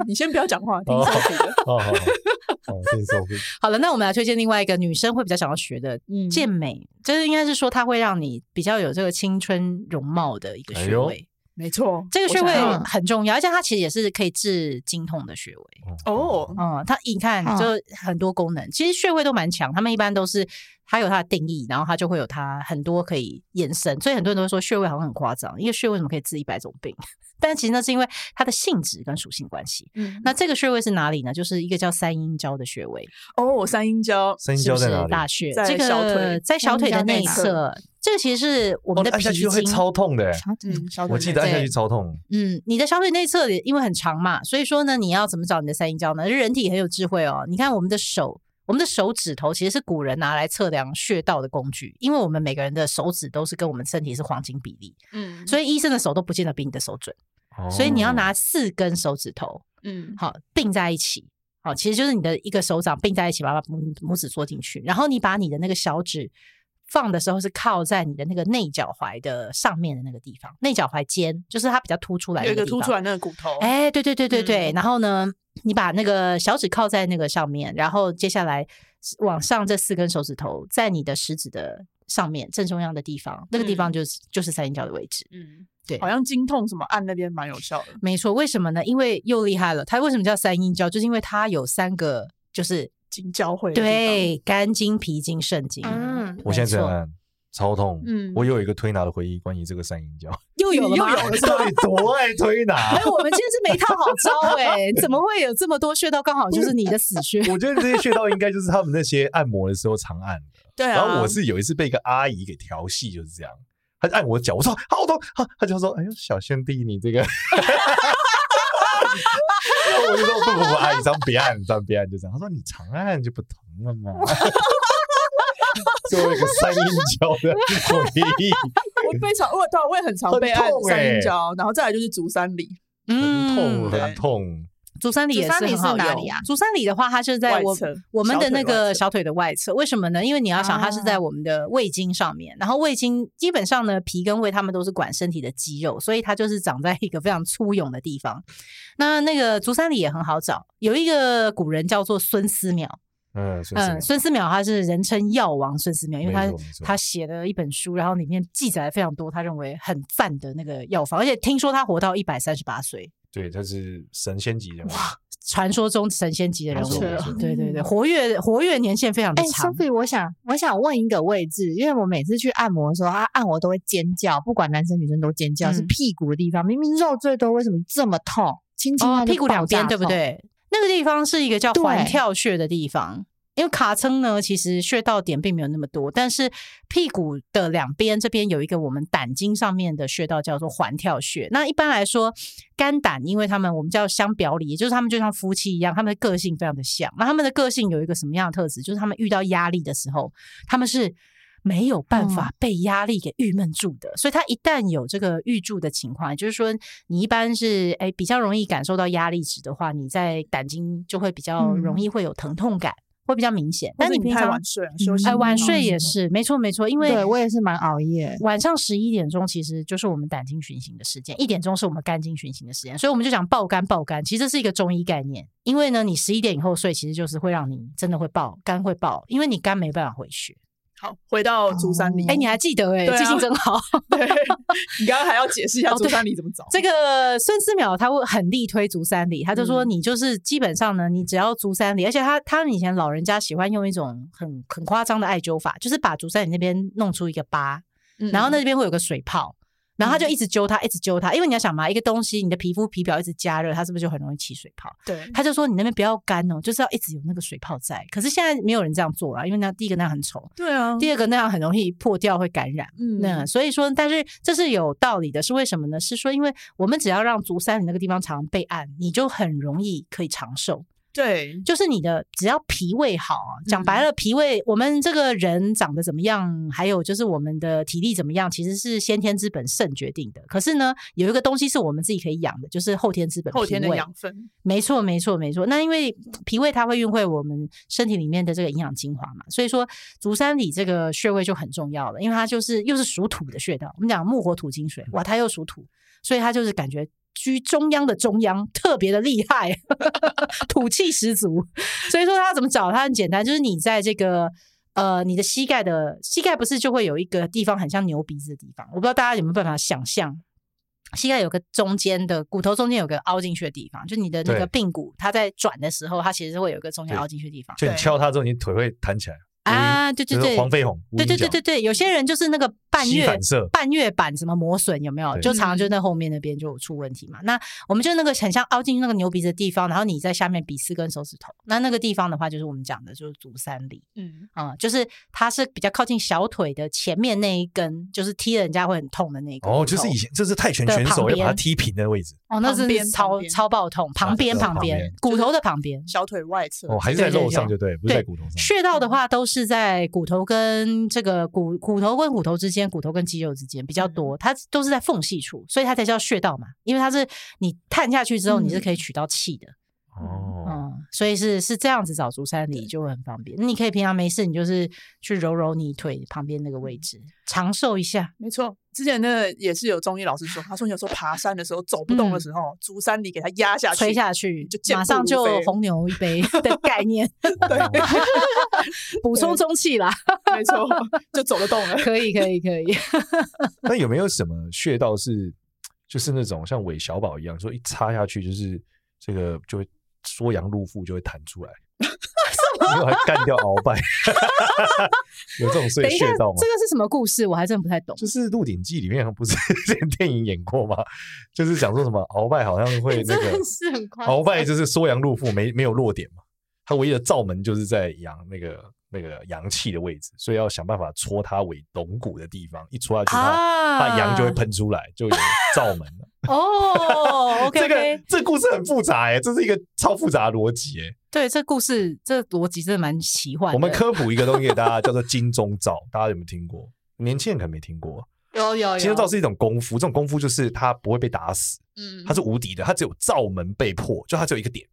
Speaker 1: 你先不要讲话，听
Speaker 3: 哦
Speaker 1: 上帝的，
Speaker 3: 哦，好好，好这是我会
Speaker 4: 好了，那我们来推荐另外一个女生会比较想要学的
Speaker 1: 嗯
Speaker 4: 健美，就是应该是说它会让你比较有这个青春容貌的一个
Speaker 3: 哎
Speaker 4: 穴
Speaker 3: 呦
Speaker 4: 位。
Speaker 1: 没错，
Speaker 4: 这个
Speaker 1: 我
Speaker 4: 穴
Speaker 1: 想
Speaker 4: 位
Speaker 1: 要
Speaker 4: 很重要，而且它其实也是可以治经痛的穴位。
Speaker 1: 哦，
Speaker 4: 嗯，它你看
Speaker 5: 嗯
Speaker 4: 就很多功能，其实穴位都蛮强，他们一般都是它有它的定义，然后它就会有它很多可以延伸，所以很多人都会说穴位好像很夸张，因为穴位怎么可以治一百种病？ 但其实那是因为它的性质跟属性关系。
Speaker 1: 嗯
Speaker 4: 那这个穴位是哪里呢？就是一个叫三阴交的穴位，
Speaker 1: 哦，三阴交，
Speaker 3: 三阴
Speaker 4: 是
Speaker 3: 交
Speaker 4: 不
Speaker 3: 在
Speaker 4: 是
Speaker 3: 哪里？
Speaker 4: 大穴？
Speaker 1: 在
Speaker 4: 这
Speaker 1: 小
Speaker 4: 个
Speaker 1: 腿
Speaker 4: 在小腿的
Speaker 5: 三阴交
Speaker 4: 内
Speaker 5: 内侧
Speaker 4: 侧，这个其实是我们
Speaker 3: 哦
Speaker 4: 的
Speaker 3: 按
Speaker 4: 脾
Speaker 3: 下去
Speaker 4: 经。
Speaker 3: 会超痛的欸，
Speaker 1: 嗯，小腿
Speaker 3: 我记得按下
Speaker 4: 对
Speaker 3: 去超痛。
Speaker 4: 嗯，你的小腿内侧也因为很长嘛，所以说呢，你要怎么找你的三阴交呢？人体很有智慧哦。你看我们的手，我们的手指头其实是古人拿来测量穴道的工具，因为我们每个人的手指都是跟我们身体是黄金比例，
Speaker 1: 嗯，
Speaker 4: 所以医生的手都不见得比你的手准，
Speaker 3: 哦
Speaker 4: 所以你要拿四根手指头
Speaker 1: 嗯，
Speaker 4: 好并在一起。好，其实就是你的一个手掌并在一起，把把拇拇指缩进去，然后你把你的那个小指放的时候是靠在你的那个内脚踝的上面的那个地方，内脚踝尖就是它比较凸出来的
Speaker 1: 有一
Speaker 4: 那
Speaker 1: 个
Speaker 4: 地
Speaker 1: 凸
Speaker 4: 方
Speaker 1: 出来那个骨头，
Speaker 4: 哎，对对对对对，
Speaker 1: 哦嗯
Speaker 4: 然后呢，你把那个小指靠在那个上面，然后接下来往上这四根手指头在你的食指的上面正中央的地方，那个地方
Speaker 1: 嗯
Speaker 4: 就是就是三阴交的位置。
Speaker 1: 嗯，
Speaker 4: 对
Speaker 1: 好像经痛什么按那边蛮有效的，
Speaker 4: 没错，为什么呢？因为又厉害了，它为什么叫三阴交？就是因为它有三个，就是
Speaker 1: 经交汇的地方，
Speaker 4: 对肝经、脾经、肾经。
Speaker 5: 嗯
Speaker 3: 我现在
Speaker 4: 没
Speaker 3: 在
Speaker 4: 错
Speaker 3: 按，超痛。
Speaker 1: 嗯
Speaker 3: 我有一个推拿的回忆，关于这个三阴交，
Speaker 4: 又有了吗？
Speaker 3: 到底多爱推拿啊
Speaker 4: 哎，？我们今天是没套好 招哎、怎么会有这么多穴道？刚好就是你的死穴。
Speaker 3: 我觉得这些穴道应该就是他们那些按摩的时候常按的。
Speaker 1: 对啊，
Speaker 3: 然后我是有一次被一个阿姨给调戏，就是这样，她就按我脚，我说好痛，好，她就说哎呦小兄弟你这个，然后我就说不不不，阿姨咱们别按，咱们别按，就这样。她说你长按就不疼了嘛。作为一个三阴交的回忆，
Speaker 1: 我非常我对啊，我也很常
Speaker 3: 很
Speaker 1: 被按
Speaker 3: 痛
Speaker 1: 三
Speaker 3: 欸
Speaker 1: 阴交，然后再来就是足三里，
Speaker 3: 很痛啊
Speaker 4: 嗯
Speaker 1: 对
Speaker 3: 很痛。
Speaker 4: 足三里
Speaker 5: 足
Speaker 4: 也
Speaker 5: 三里
Speaker 4: 很
Speaker 5: 是
Speaker 4: 好
Speaker 5: 哪
Speaker 4: 用
Speaker 5: 里啊
Speaker 4: 足三里的话，它是在
Speaker 1: 外
Speaker 4: 我
Speaker 1: 侧
Speaker 4: 我们
Speaker 1: 小
Speaker 4: 的
Speaker 1: 腿
Speaker 4: 那
Speaker 1: 外
Speaker 4: 个
Speaker 1: 侧
Speaker 4: 小腿的外侧，为什么呢？因为你要想，它是在
Speaker 5: 啊
Speaker 4: 我们的胃经上面，然后胃经基本上呢，脾跟胃它们都是管身体的肌肉，所以它就是长在一个非常粗勇的地方。 那那个足三里也很好找，有一个古人叫做孙思邈，
Speaker 3: 嗯，所以
Speaker 4: 嗯，
Speaker 3: 是
Speaker 4: 孙思邈他是人称药王孙思邈，因为
Speaker 3: 没
Speaker 4: 他
Speaker 3: 错没错
Speaker 4: 他写了一本书，然后里面记载了非常多他认为很赞的那个药方，而且听说他活到一百三十八岁，
Speaker 3: 对，他是神仙级人物，
Speaker 4: 传说中神仙级的人
Speaker 3: 没
Speaker 4: 物
Speaker 3: 错没错，
Speaker 4: 对对对，
Speaker 5: 嗯
Speaker 4: 活跃活跃年限非常的
Speaker 5: 哎
Speaker 4: 长。
Speaker 5: ，Sophie，我想我想问一个位置，因为我每次去按摩的时候，他按我都会尖叫，不管男生女生都尖叫，是
Speaker 4: 嗯
Speaker 5: 屁股的地方，明明肉最多，为什么这么痛？轻轻
Speaker 4: 哦
Speaker 5: 按，就
Speaker 4: 屁股
Speaker 5: 爆
Speaker 4: 两边
Speaker 5: 炸
Speaker 4: 对不
Speaker 5: 痛？
Speaker 4: 对？那个地方是一个叫环
Speaker 5: 对
Speaker 4: 跳穴的地方，因为卡层呢，其实穴道点并没有那么多，但是屁股的两边这边有一个我们胆经上面的穴道叫做环跳穴。那一般来说，肝胆因为他们我们叫相表里，也就是他们就像夫妻一样，他们的个性非常的像。那他们的个性有一个什么样的特质？就是他们遇到压力的时候，他们是没有办法被压力给郁闷住的，所以他一旦有这个郁住的情况，也就是说你一般是哎比较容易感受到压力值的话，你在胆经就会比较容易会有疼痛感，会比较明显。
Speaker 1: 或
Speaker 4: 但
Speaker 1: 者
Speaker 4: 你
Speaker 1: 你
Speaker 4: 平
Speaker 1: 太
Speaker 4: 常
Speaker 1: 晚睡啊，休息
Speaker 4: 哎晚
Speaker 1: 嗯
Speaker 4: 睡也
Speaker 1: 嗯
Speaker 4: 是没错没错，因为
Speaker 5: 对我也是蛮熬夜。
Speaker 4: 晚上十一点钟其实就是我们胆经循行的时间，一点钟是我们肝经循行的时间，所以我们就讲爆肝爆肝，其实这是一个中医概念，因为呢你十一点以后睡，其实就是会让你真的会爆肝会爆，因为你肝没办法回血。
Speaker 1: 好，回到足三里。
Speaker 4: 哎、你还记得哎、
Speaker 1: 对啊
Speaker 4: 记性真好。
Speaker 1: 对，你刚刚还要解释一下
Speaker 4: 哦
Speaker 1: 足
Speaker 4: 对
Speaker 1: 三里怎么找？
Speaker 4: 这个孙思邈他会很力推足三里，他就说你就是基本上呢，你只要足三里，而且他他们以前老人家喜欢用一种很很夸张的艾灸法，就是把足三里那边弄出一个疤，
Speaker 1: 嗯
Speaker 4: 然后那边会有个水泡，然后他就一直揪它，一直揪它，因为你要想嘛，一个东西你的皮肤皮表一直加热，它是不是就很容易起水泡？
Speaker 1: 对，
Speaker 4: 他就说你那边不要干哦，就是要一直有那个水泡在。可是现在没有人这样做了，因为那第一个那样很丑，
Speaker 1: 对啊，
Speaker 4: 第二个那样很容易破掉会感染。
Speaker 1: 嗯
Speaker 4: 那所以说，但是这是有道理的，是为什么呢？是说，因为我们只要让足三里那个地方常被按，你就很容易可以长寿。
Speaker 1: 对，
Speaker 4: 就是你的只要脾胃好啊，讲白
Speaker 1: 嗯
Speaker 4: 了，脾胃我们这个人长得怎么样，还有就是我们的体力怎么样，其实是先天之本肾决定的。可是呢，有一个东西是我们自己可以养的，就是后天之本
Speaker 1: 后天
Speaker 4: 脾
Speaker 1: 的
Speaker 4: 胃
Speaker 1: 养分，
Speaker 4: 没错，没错，没错。那因为脾胃它会运会我们身体里面的这个营养精华嘛，所以说足三里这个穴位就很重要了，因为它就是又是属土的穴道。我们讲木火土金水，哇，它又属土，所以它就是感觉居中央的中央，特别的厉害， 土气十足。所以说它怎么找？它很简单，就是你在这个。呃，你的膝盖的膝盖不是就会有一个地方很像牛鼻子的地方？我不知道大家有没有办法想象，膝盖有个中间的骨头中间有个凹进去的地方，就你的那个
Speaker 3: 对
Speaker 4: 髌骨，它在转的时候，它其实会有一个中间
Speaker 3: 对
Speaker 4: 凹进去的地方
Speaker 3: 就你
Speaker 1: 对
Speaker 3: 敲它之后，你腿会弹起来。
Speaker 4: 啊。
Speaker 3: 无疑
Speaker 4: 对对
Speaker 3: 就是
Speaker 4: 对，
Speaker 3: 黄飞鸿，无
Speaker 4: 对
Speaker 3: 疑
Speaker 4: 对对
Speaker 3: 讲
Speaker 4: 对对，有些人就是那个半
Speaker 3: 膝
Speaker 4: 月
Speaker 3: 反射
Speaker 4: 半月板什么磨损有没有？
Speaker 3: 对
Speaker 4: 就常常就在后面那边就有出问题嘛。那我们就那个很像凹进去那个牛鼻子的地方，然后你在下面鼻四根手指头，那那个地方的话，就是我们讲的就是足三里。
Speaker 1: 嗯，
Speaker 4: 啊、就是它是比较靠近小腿的前面那一根，就是踢人家会很痛的那一根骨头。
Speaker 3: 哦，就是以前这是泰拳
Speaker 4: 的
Speaker 3: 选手
Speaker 4: 旁
Speaker 3: 要把它
Speaker 4: 边
Speaker 3: 踢平的位置，
Speaker 4: 哦，那
Speaker 1: 旁
Speaker 4: 真
Speaker 1: 边
Speaker 4: 是
Speaker 1: 旁
Speaker 4: 超
Speaker 1: 边
Speaker 4: 超爆痛，旁边
Speaker 3: 对
Speaker 4: 旁
Speaker 3: 旁
Speaker 4: 边
Speaker 3: 边
Speaker 4: 骨头的旁边。
Speaker 1: 小腿外侧，
Speaker 3: 哦，还是在
Speaker 4: 对对
Speaker 3: 肉上
Speaker 4: 对
Speaker 3: 就对，不是在骨头上。
Speaker 4: 穴道的话，都是在骨头跟这个骨骨头跟骨头之间，骨头跟肌肉之间比较多，它都是在缝隙处，所以它才叫穴道嘛。因为它是你探下去之后，你是可以取到气的，
Speaker 3: 哦，
Speaker 4: 嗯，所以是是这样子找足三里就会很方便。你可以平常没事，你就是去揉揉你腿旁边那个位置，长寿一下。
Speaker 1: 没错，之前那个也是有中医老师说，他说有时候爬山的时候走不动的
Speaker 4: 嗯
Speaker 1: 时候，足三里给它压下去，
Speaker 4: 吹下去
Speaker 1: 就健
Speaker 4: 马
Speaker 1: 步
Speaker 4: 上
Speaker 1: 如
Speaker 4: 就
Speaker 1: 飞
Speaker 4: 红牛一杯的概念，
Speaker 3: 对，
Speaker 4: 补充中气啦。
Speaker 1: 没错，就走得动了。
Speaker 4: 可以，可以，可以。
Speaker 3: 那有没有什么穴道是就是那种像韦小宝一样，说一插下去就是这个就会缩阳入腹就会弹出 来，然后还干掉鳌拜， 有这种
Speaker 4: 等
Speaker 3: 碎
Speaker 4: 一下，
Speaker 3: 穴
Speaker 4: 这
Speaker 3: 道吗？
Speaker 4: 个是什么故事？我还真不太懂。
Speaker 3: 就是《鹿鼎记》里面不是 这个电影演过吗？就是讲说什么鳌拜好像会 那个
Speaker 5: 是很夸
Speaker 3: 鳌拜就是缩阳入腹，没没有落点嘛。他唯一的罩门就是在阳那个那个阳气的位置，所以要想办法戳它尾龙骨的地方，一戳下去它，
Speaker 4: 啊
Speaker 3: 它阳就会喷出来，就有罩门了。
Speaker 4: 哦，OK
Speaker 3: 这
Speaker 4: OK，
Speaker 3: 个这故事很复杂哎、这是一个超复杂的逻辑哎。
Speaker 4: 对，这故事这逻辑真的蛮奇幻的。
Speaker 3: 我们科普一个东西给大家，叫做金钟罩， 大家有没有听过？年轻人可能没听过，
Speaker 5: 有有有，
Speaker 3: 金钟罩是一种功夫，这种功夫就是它不会被打死，
Speaker 1: 嗯
Speaker 3: 它是无敌的，它只有罩门被破，就它只有一个点，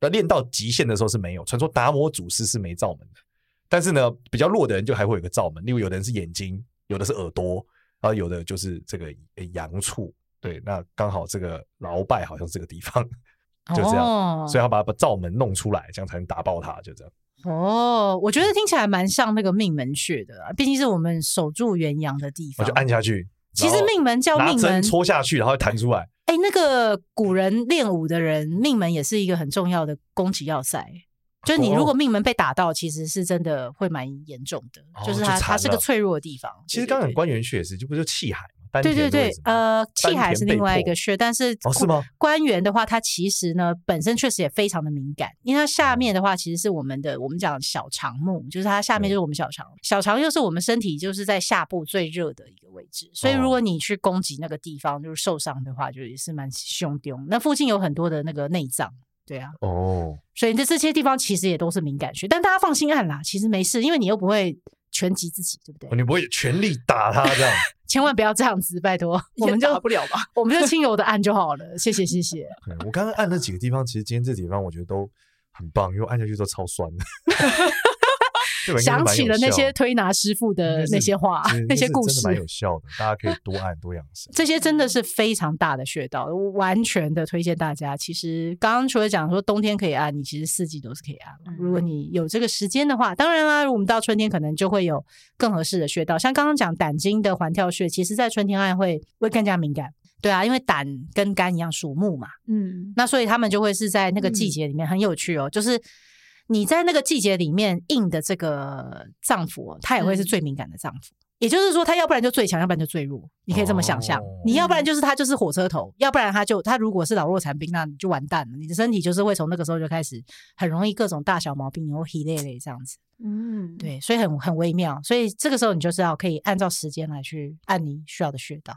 Speaker 3: 那练到极限的时候是没有。传说达摩祖师是没罩门的，但是呢，比较弱的人就还会有个罩门，例如有的人是眼睛，有的是耳朵，然后有的就是这个呃阳处。对，那刚好这个鳌拜好像是这个地方， 就这样
Speaker 4: 哦
Speaker 3: 所以他把把罩门弄出来，这样才能打爆他，就这样。
Speaker 4: 哦，我觉得听起来蛮像那个命门穴的啊，毕竟是我们守住元阳的地
Speaker 3: 我
Speaker 4: 方。
Speaker 3: 就按下去。
Speaker 4: 其实
Speaker 3: 然后
Speaker 4: 命门叫
Speaker 3: 拿
Speaker 4: 命门
Speaker 3: 针，戳下去，然后弹出来。
Speaker 4: 哎、那个古人练武的人，命门也是一个很重要的攻击要塞。就是你如果
Speaker 3: 哦
Speaker 4: 命门被打到，其实是真的会蛮严重的，
Speaker 3: 哦
Speaker 4: 就是
Speaker 3: 就
Speaker 4: 它它
Speaker 3: 惨
Speaker 4: 是个
Speaker 3: 了
Speaker 4: 脆弱的地方。
Speaker 3: 其实
Speaker 4: 对
Speaker 3: 刚刚
Speaker 4: 对
Speaker 3: 官员穴也是，就不就气海嘛？丹
Speaker 4: 对
Speaker 3: 田的
Speaker 4: 对对
Speaker 3: 位置，嘛
Speaker 4: 呃，
Speaker 3: 丹
Speaker 4: 气海
Speaker 3: 田
Speaker 4: 是
Speaker 3: 被
Speaker 4: 另外一
Speaker 3: 迫
Speaker 4: 个穴，但是
Speaker 3: 哦是
Speaker 4: 官
Speaker 3: 吗？
Speaker 4: 官员的话，它其实呢本身确实也非常的敏感，因为它下面的话其实是我们的我们讲小肠目，就是它下面
Speaker 3: 对
Speaker 4: 就是我们小肠，小肠又是我们身体就是在下部最热的一个位置，所以如果你去攻击那个地方就是受伤的话，就也是蛮凶丢。那附近有很多的那个内脏，对啊，
Speaker 3: 哦，
Speaker 4: 所以这这些地方其实也都是敏感区，但大家放心按啦，其实没事，因为你又不会全击自己，对不对？
Speaker 3: 你不会全力打他 这样？
Speaker 4: 千万不要这样子，拜 托， 我
Speaker 1: 也
Speaker 4: 们就
Speaker 1: 打不了吧？
Speaker 4: 我们就轻柔的按就好了，谢谢谢谢。
Speaker 3: 对我刚刚按那几个地方，其实今天这几个地方我觉得都很棒，因为按下去都超酸 的。对吧应该是
Speaker 4: 想
Speaker 3: 蛮
Speaker 4: 起
Speaker 3: 有
Speaker 4: 了那
Speaker 3: 效
Speaker 4: 些
Speaker 3: 的
Speaker 4: 推拿师傅的
Speaker 3: 应该是
Speaker 4: 那些话
Speaker 3: 其实、
Speaker 4: 那
Speaker 3: 应该
Speaker 4: 些
Speaker 3: 是
Speaker 4: 故
Speaker 3: 真的蛮有
Speaker 4: 事，
Speaker 3: 效的，大家可以多按多养生。
Speaker 4: 这些真的是非常大的穴道，我完全的推荐大家。其实刚刚除了讲说冬天可以按，你其实四季都是可以按嘛。如
Speaker 1: 嗯
Speaker 4: 果你有这个时间的话，当然啦，如果我们到春天可能就会有更合适的穴道，像刚刚讲胆经的环跳穴，其实在春天按会会更加敏感。对啊，因为胆跟肝一样属木嘛，
Speaker 1: 嗯，
Speaker 4: 那所以他们就会是在那个季
Speaker 1: 嗯
Speaker 4: 节里面、很有趣哦，就是你在那个季节里面印的这个脏腑哦，它也会
Speaker 1: 嗯
Speaker 4: 是最敏感的脏腑。也就是说，它要不然就最强，要不然就最弱。 你可以这么想象，
Speaker 3: 哦
Speaker 4: 你要
Speaker 5: 嗯
Speaker 4: 不然就是它就是火车头，要不然它就它如果是老弱残兵，那你就完蛋了。你的身体就是会从那个时候就开始很容易各种大小毛病，然后累累这样子。
Speaker 1: 嗯，
Speaker 4: 对，所以很很微妙。所以这个时候你就是要可以按照时间来去按你需要的穴道。
Speaker 3: 哦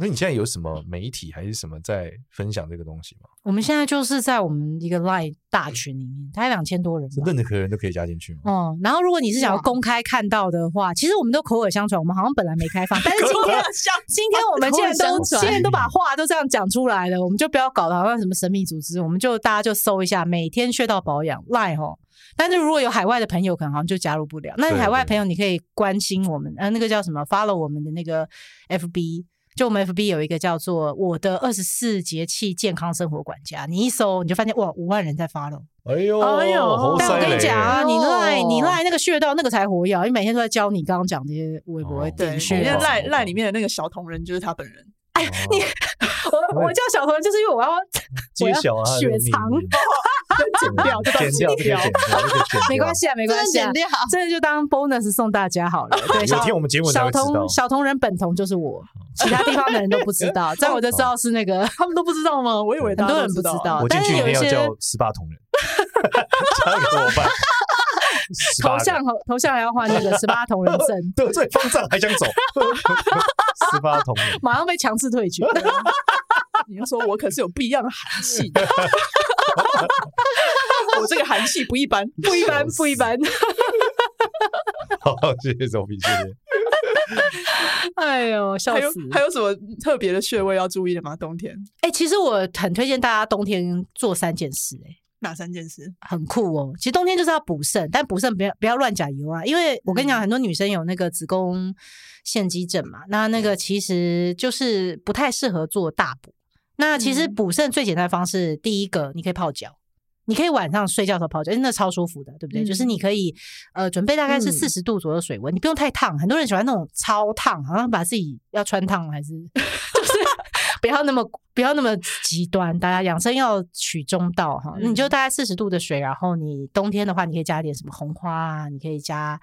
Speaker 3: 那你现在有什么媒体还是什么在分享这个东西吗？
Speaker 4: 我们现在就是在我们一个 Line 大群里面，大概两千多人
Speaker 3: 是
Speaker 4: 吧。
Speaker 3: 任何人都可以加进去吗？
Speaker 4: 哦，然后如果你是想要
Speaker 5: 哇
Speaker 4: 公开看到的话，其实我们都口耳相传，我们好像本来没开放，但是今天今天我们既然
Speaker 5: 口
Speaker 4: 都
Speaker 5: 耳相传
Speaker 4: 既然都把话都这样讲出来了，我们就不要搞得好像什么神秘组织，我们就大家就搜一下每天穴道保养 line 吼。但是如果有海外的朋友，可能好像就加入不了。那
Speaker 3: 对
Speaker 4: 海外
Speaker 3: 对
Speaker 4: 朋友，你可以关心我们，呃，那个叫什么，follow 我们的那个 FB，就我们 FB 有一个叫做“我的二十四节气健康生活管家”，你一搜你就发现哇，五万人在 follow。
Speaker 3: 哎呦，
Speaker 1: 哎呦
Speaker 3: 好
Speaker 4: 但我
Speaker 3: 塞
Speaker 4: 跟
Speaker 3: 嘞
Speaker 4: 你讲啊，你赖你
Speaker 5: 哦
Speaker 4: 赖那个穴道那个才活跃，因为每天都在教你刚刚讲这些微博
Speaker 3: 哦
Speaker 1: 对，
Speaker 4: 的
Speaker 1: 因
Speaker 4: 穴
Speaker 1: 为
Speaker 4: 啊道。
Speaker 1: 赖赖里面的那个小铜人就是他本人，
Speaker 3: 哎，你
Speaker 4: 我 我叫小童，就是因为我要我
Speaker 3: 揭
Speaker 4: 要
Speaker 3: 晓啊，他的
Speaker 4: 雪
Speaker 3: 秘密
Speaker 4: 藏
Speaker 3: 剪掉，
Speaker 1: 这段
Speaker 3: 剪掉，这个
Speaker 1: 剪掉
Speaker 3: 剪掉，这个剪掉
Speaker 4: 没关。系啊，没关
Speaker 5: 真的
Speaker 4: 系啊
Speaker 5: 剪，掉。
Speaker 4: 这就当 bonus 送大家好了。对，
Speaker 3: 有
Speaker 4: 小
Speaker 3: 听我们节目才
Speaker 4: 小
Speaker 3: 会知道哦
Speaker 4: 童小童人本童就是我，其他地方的人都不知 道，这样我就知道是那个。
Speaker 1: 他们都不知道吗？我以为
Speaker 4: 很
Speaker 1: 大
Speaker 4: 多
Speaker 1: 家
Speaker 4: 人
Speaker 1: 都
Speaker 4: 不知
Speaker 1: 道啊
Speaker 4: 道
Speaker 3: 我进
Speaker 4: 但是
Speaker 3: 去一
Speaker 4: 有
Speaker 3: 定
Speaker 4: 一
Speaker 3: 要
Speaker 4: 些
Speaker 3: 叫十八铜人， 加给我办。
Speaker 4: 头
Speaker 3: 18
Speaker 4: 像
Speaker 3: 人，
Speaker 4: 头头像还要换那个十八铜人证
Speaker 3: 得罪方丈还想走， 十八铜人。
Speaker 4: 马上被强制退 群。
Speaker 1: 你要说我可是有不一样的寒气 的，我这个寒气不一般，
Speaker 4: 不一般，不一般。
Speaker 3: 好，谢谢周皮，谢谢。
Speaker 4: 哎呦，笑
Speaker 1: 还有
Speaker 4: 死！
Speaker 1: 还有什么特别的穴位要注意的吗？冬天
Speaker 4: 哎、其实我很推荐大家冬天做三件事、哎，
Speaker 1: 哪三件事？
Speaker 4: 很酷哦。其实冬天就是要补肾，但补肾不要不要乱加油啊，因为我跟你讲，
Speaker 1: 嗯
Speaker 4: 很多女生有那个子宫腺肌症嘛，那那
Speaker 1: 嗯
Speaker 4: 个其实就是不太适合做大补。那其实
Speaker 1: 嗯
Speaker 4: 补肾最简单的方式，第一个你可以泡脚。你可以晚上睡觉的时候泡脚，哎那超舒服的，对不对？就是
Speaker 1: 嗯
Speaker 4: 你可以，呃，准备大概是
Speaker 1: 嗯
Speaker 4: 四十度左右的水温，你不用太烫。很多人喜欢那种超烫，好像把自己要穿烫还是就是不要那么不要那么极端，大家养生要取中道哈。
Speaker 1: 嗯
Speaker 4: 你就大概四十度的水，然后你冬天的话，你可以加一点什么红花啊，你可以加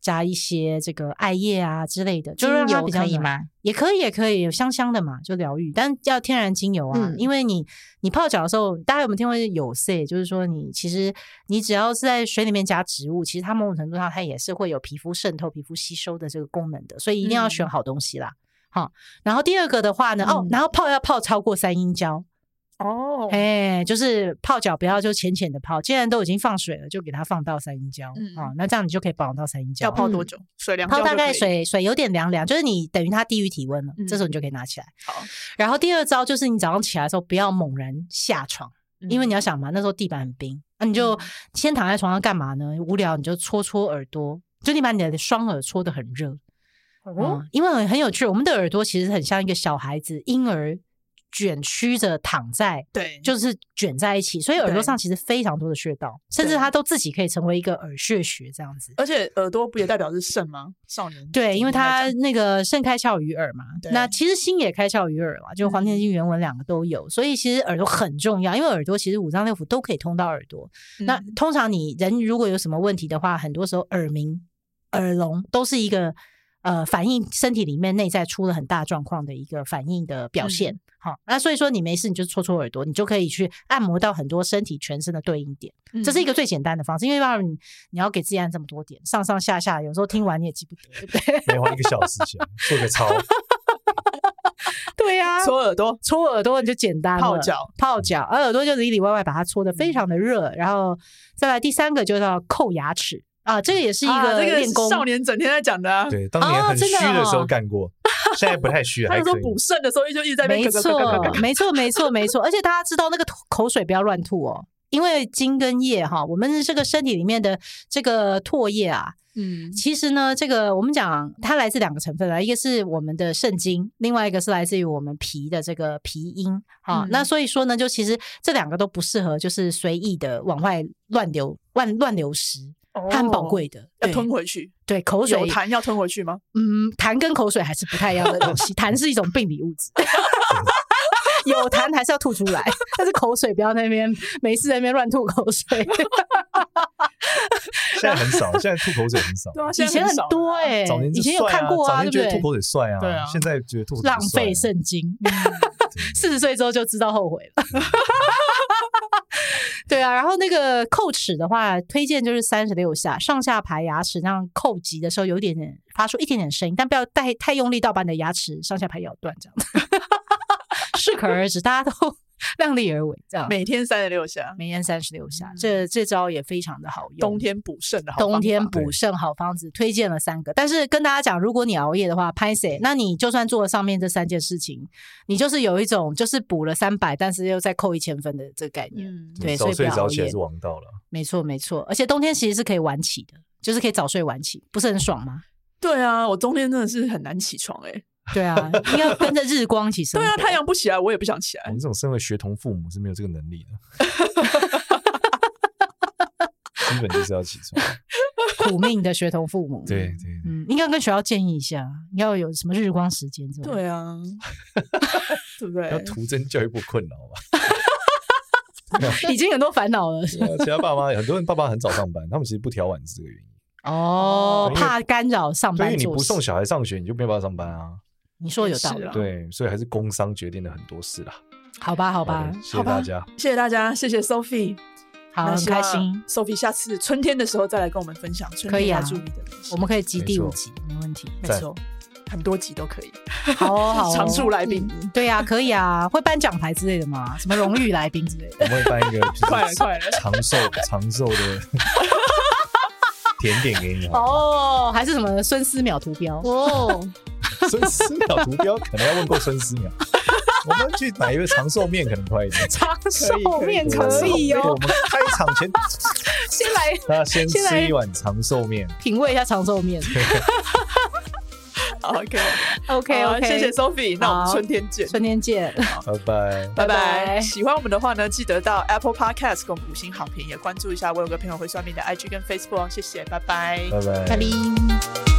Speaker 4: 加一些这个艾叶啊之类的，就让它
Speaker 5: 精油
Speaker 4: 比较
Speaker 5: 可以
Speaker 4: 暖
Speaker 5: 吗？
Speaker 4: 也可以，也可以，香香的嘛，就疗愈，但要天然精油啊，
Speaker 5: 嗯
Speaker 4: 因为你你泡脚的时候，大家有没有听过有 C，就是说你其实你只要是在水里面加植物，其实它某种程度上它也是会有皮肤渗透、皮肤吸收的这个功能的，所以一定要选
Speaker 1: 嗯
Speaker 4: 好东西啦。好，然后第二个的话呢，哦
Speaker 1: 嗯，
Speaker 4: 然后泡要泡超过三阴交，
Speaker 1: 哦
Speaker 4: 哎、就是泡脚不要就浅浅的泡，既然都已经放水了，就给它放到三阴交，
Speaker 1: 嗯
Speaker 4: 哦，那这样你就可以保养到三阴交
Speaker 1: 要。泡多久？水凉
Speaker 4: 嗯泡
Speaker 1: 掉
Speaker 4: 大
Speaker 1: 就
Speaker 4: 概
Speaker 1: 可以
Speaker 4: 水水有点凉凉，就是你等于它低于体温了，
Speaker 1: 嗯
Speaker 4: 这时候你就可以拿起来。
Speaker 1: 好，
Speaker 4: 然后第二招就是你早上起来的时候不要猛然下床，
Speaker 1: 嗯
Speaker 4: 因为你要想嘛，那时候地板很冰，那、你就先躺在床上干嘛呢？无聊你就搓搓耳朵，就你把你的双耳搓的很热。哦、
Speaker 1: 哦，
Speaker 4: 因为很有趣，我们的耳朵其实很像一个小孩子婴儿卷曲着躺在，
Speaker 1: 对，
Speaker 4: 就是卷在一起，所以耳朵
Speaker 1: 对
Speaker 4: 上其实非常多的穴道，甚至
Speaker 1: 对
Speaker 4: 它都自己可以成为一个耳穴穴这样子。
Speaker 1: 而且耳朵不也代表是肾吗？少年
Speaker 4: 对，因为它
Speaker 1: 他
Speaker 4: 那个肾开窍于耳嘛，
Speaker 1: 对
Speaker 4: 那其实心也开窍于耳嘛，就《黄帝内经》原文两个都有，所以其实耳朵很重要，因为耳朵其实五脏六腑都可以通到耳朵。那
Speaker 1: Mm-hmm. 嗯
Speaker 4: 通常你人如果有什么问题的话，很多时候耳鸣、耳聋都是一个呃反映身体里面内在出了很大状况的一个反应的表现。好，那所以说你没事你就搓搓耳朵，你就可以去按摩到很多身体全身的对应点，
Speaker 1: 嗯
Speaker 4: 这是一个最简单的方式。因为要你你要给自己按这么多点，上上下下，有时候听完你也记不得，对不对？
Speaker 3: 没花一个小时前做个操，
Speaker 4: 对呀、
Speaker 1: 搓耳朵，
Speaker 4: 搓耳朵你就简单了，
Speaker 1: 泡脚
Speaker 4: 泡脚，而耳朵就里里外外把它搓的非常的热，然后再来第三个就叫扣牙齿啊，这个也是一
Speaker 1: 啊
Speaker 4: 个
Speaker 1: 这个
Speaker 4: 练
Speaker 1: 是
Speaker 4: 功，
Speaker 1: 少年整天在讲的啊。
Speaker 3: 对，当年
Speaker 4: 哦
Speaker 3: 很
Speaker 4: 真
Speaker 3: 虚
Speaker 4: 的
Speaker 3: 的时
Speaker 4: 哦
Speaker 3: 候干过，现在不太 虚，啊
Speaker 1: 他
Speaker 3: 还
Speaker 1: 们说
Speaker 3: 可以。
Speaker 1: 补肾的时候就一直在那
Speaker 4: 没
Speaker 1: 边咯咯咯咯咯
Speaker 4: 错，没错，没错，没错。而 且大家知道那个吐口水不要乱吐哦，因为精跟液哈，我们这个身体里面的这个唾液啊，
Speaker 1: 嗯
Speaker 4: 其实呢，这个我们讲它来自两个成分啊，一个是我们的肾精，另外一个是来自于我们脾的这个脾阴啊。
Speaker 1: 嗯
Speaker 4: 那所以说呢，就其实这两个都不适合，就是随意的往外乱流、乱乱流失，它很
Speaker 3: 哦
Speaker 1: 哦
Speaker 4: 宝，贵的。
Speaker 1: 要
Speaker 4: 对
Speaker 1: 吞回去。
Speaker 4: 对口水
Speaker 1: 有痰要吞回去吗？
Speaker 4: 嗯，痰跟口水还是不太一样的东西，痰是一种病理物质。 有痰还是要吐出来，但是口水不要那边没事在那边乱吐口 水。
Speaker 3: 现在很少，现在吐口水很少。
Speaker 1: 对啊，
Speaker 4: 以
Speaker 1: 现在
Speaker 4: 前很
Speaker 1: 少
Speaker 4: 多
Speaker 1: 了啊
Speaker 4: 哎、
Speaker 3: 早年
Speaker 4: 以
Speaker 3: 就
Speaker 4: 前有
Speaker 3: 帅
Speaker 4: 看过
Speaker 3: 早
Speaker 4: 对
Speaker 3: 年
Speaker 4: 不
Speaker 3: 觉得
Speaker 4: 对
Speaker 3: 吐？口水帅啊，
Speaker 1: 对啊
Speaker 3: 现在觉得吐口水
Speaker 4: 浪
Speaker 3: 不帅
Speaker 4: 费
Speaker 3: 啊
Speaker 4: 圣经，四十岁之后就知道后悔了。 对啊，然后那个叩齿的话，推荐就是三十六下，上下排牙齿那样叩击的时候，有一点点发出一点点声音，但不要太太用力到把你的牙齿上下排咬断，这样子 适可而止，大家都 量力而为，这样。
Speaker 1: 每天三十六下，
Speaker 4: 每天三十六下
Speaker 1: 嗯，
Speaker 4: 这这招也非常的好用。
Speaker 1: 冬天补肾的好
Speaker 4: 冬天
Speaker 1: 方法
Speaker 4: 补肾好方子，推荐了三个。但是跟大家讲，如果你熬夜的话，拍谁？那你就算做了上面这三件事情，你就是有一种就是补了三百，但是又再扣一千分的这个概念。
Speaker 1: 嗯
Speaker 4: 对所
Speaker 3: 早
Speaker 4: 以不
Speaker 3: 睡
Speaker 4: 要
Speaker 3: 早
Speaker 4: 熬
Speaker 3: 起还
Speaker 4: 夜
Speaker 3: 是王道了。
Speaker 4: 没错，没错。而且冬天其实是可以晚起的，就是可以早睡晚起，不是很爽吗？
Speaker 1: 对啊，我冬天真的是很难起床哎、
Speaker 4: 对 啊，应该跟着日光一起生
Speaker 1: 对
Speaker 4: 活。
Speaker 1: 啊，太阳不起来，我也不想起
Speaker 3: 我
Speaker 1: 来
Speaker 3: 们。这种身为学童父母是没有这个能力的， 基本就是要起床。
Speaker 4: 苦命的学童父母。
Speaker 3: 对对对，
Speaker 4: 嗯，应该跟学校建议一下，要有什么日光时间这种。
Speaker 1: 对 啊，对不对
Speaker 3: 要？徒增教育部困扰吧。
Speaker 4: 已经很多烦恼了。
Speaker 3: 对啊其他爸妈很多人爸妈很早上班，他们其实不调晚是这个原因。
Speaker 4: 哦，
Speaker 3: 对因为
Speaker 4: 怕干扰上
Speaker 3: 对，因
Speaker 4: 班
Speaker 3: 为你
Speaker 4: 做
Speaker 3: 不
Speaker 4: 事。
Speaker 3: 送小孩上学，你就没有办法上班啊。
Speaker 4: 你说有道
Speaker 1: 是
Speaker 4: 理
Speaker 1: 啊。
Speaker 3: 对，所以还是工商决定了很多事啦。
Speaker 4: 好吧，好
Speaker 3: 好
Speaker 4: 吧
Speaker 3: 的，谢谢大家。
Speaker 1: 谢谢大家，谢谢 Sophie，
Speaker 4: 好，很开心。
Speaker 1: Sophie 下次春天的时候再来跟我们分享春
Speaker 4: 可以
Speaker 1: 天
Speaker 4: 啊
Speaker 1: 要注意的东西。
Speaker 4: 我们可以集
Speaker 3: 没
Speaker 4: 第五
Speaker 3: 错
Speaker 4: 集，没 问题。
Speaker 1: 没
Speaker 3: 赞
Speaker 1: 错，很多集都可以，
Speaker 4: 好哦，好哦，
Speaker 1: 常驻来宾。
Speaker 4: 对呀、可以啊，会颁奖牌之类的吗？什么荣誉来宾之 类的？
Speaker 3: 我们会办一个就是
Speaker 1: 快了快了
Speaker 3: 长寿长寿的甜点给你啊好
Speaker 4: 哦，还是什么孙思邈图标？
Speaker 2: 哦，
Speaker 3: 了。孙思邈图标可能要问过孙思邈，我们去买一个长寿面可能快一点。
Speaker 4: 长寿面
Speaker 1: 可
Speaker 4: 可以
Speaker 3: 对我
Speaker 4: 哦，
Speaker 3: 们开场前
Speaker 4: 先来
Speaker 3: 大家先
Speaker 4: 先来
Speaker 3: 吃一碗长寿面。
Speaker 4: 品味一下长寿面。
Speaker 1: 好 OK
Speaker 4: OK
Speaker 1: 好
Speaker 4: OK，
Speaker 1: 谢谢 Sophie，那我们
Speaker 4: 好
Speaker 1: 春天见。
Speaker 4: 啊春天见。
Speaker 3: 拜拜。
Speaker 1: 拜拜！
Speaker 4: 拜拜
Speaker 1: 喜欢我们的话呢，记得到 Apple Podcast 给我们五星好评，也关注一下我有个朋友会算命的 IG 跟 Facebook，哦谢谢，拜拜。
Speaker 3: 拜拜。
Speaker 5: 拜拜。